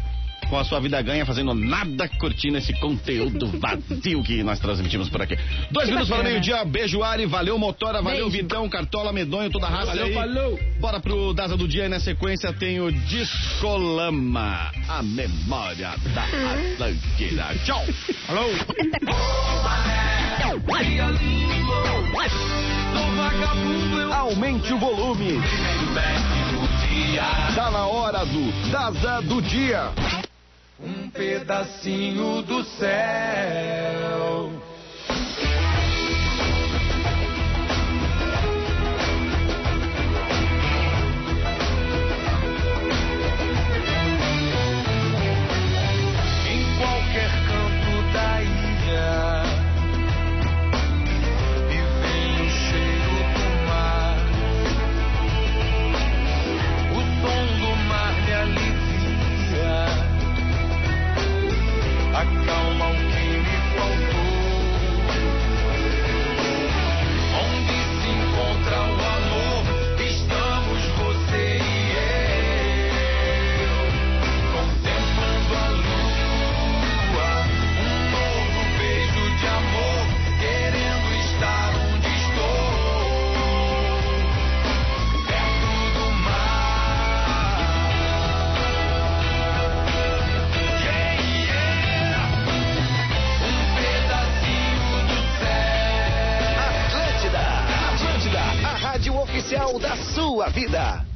S1: com a sua vida ganha, fazendo nada, curtindo esse conteúdo vazio que nós transmitimos por aqui. Dois minutos para
S3: bacana.
S1: meio-dia, beijo Ari, valeu Motora, valeu
S3: Beijo.
S1: Vitão, Cartola, Medonho, toda a raça
S6: Valeu,
S1: aí.
S6: falou.
S1: Bora pro Daza do Dia e na sequência tem o Discolama, a memória da Atlântida. Tchau! Aumente o volume. Tá na hora do Daza do Dia.
S7: um pedacinho do céu. Em qualquer canto da ilha, me vem o cheiro do mar. O som do mar me alivia acalma o que me faltou. Onde se encontra o amor, estamos você e eu, contemplando a lua, um novo beijo de amor, querendo estar onde estou, perto do mar. Yeah, yeah. Um pedacinho do céu.
S8: Atlântida, Atlântida, a rádio oficial da sua vida.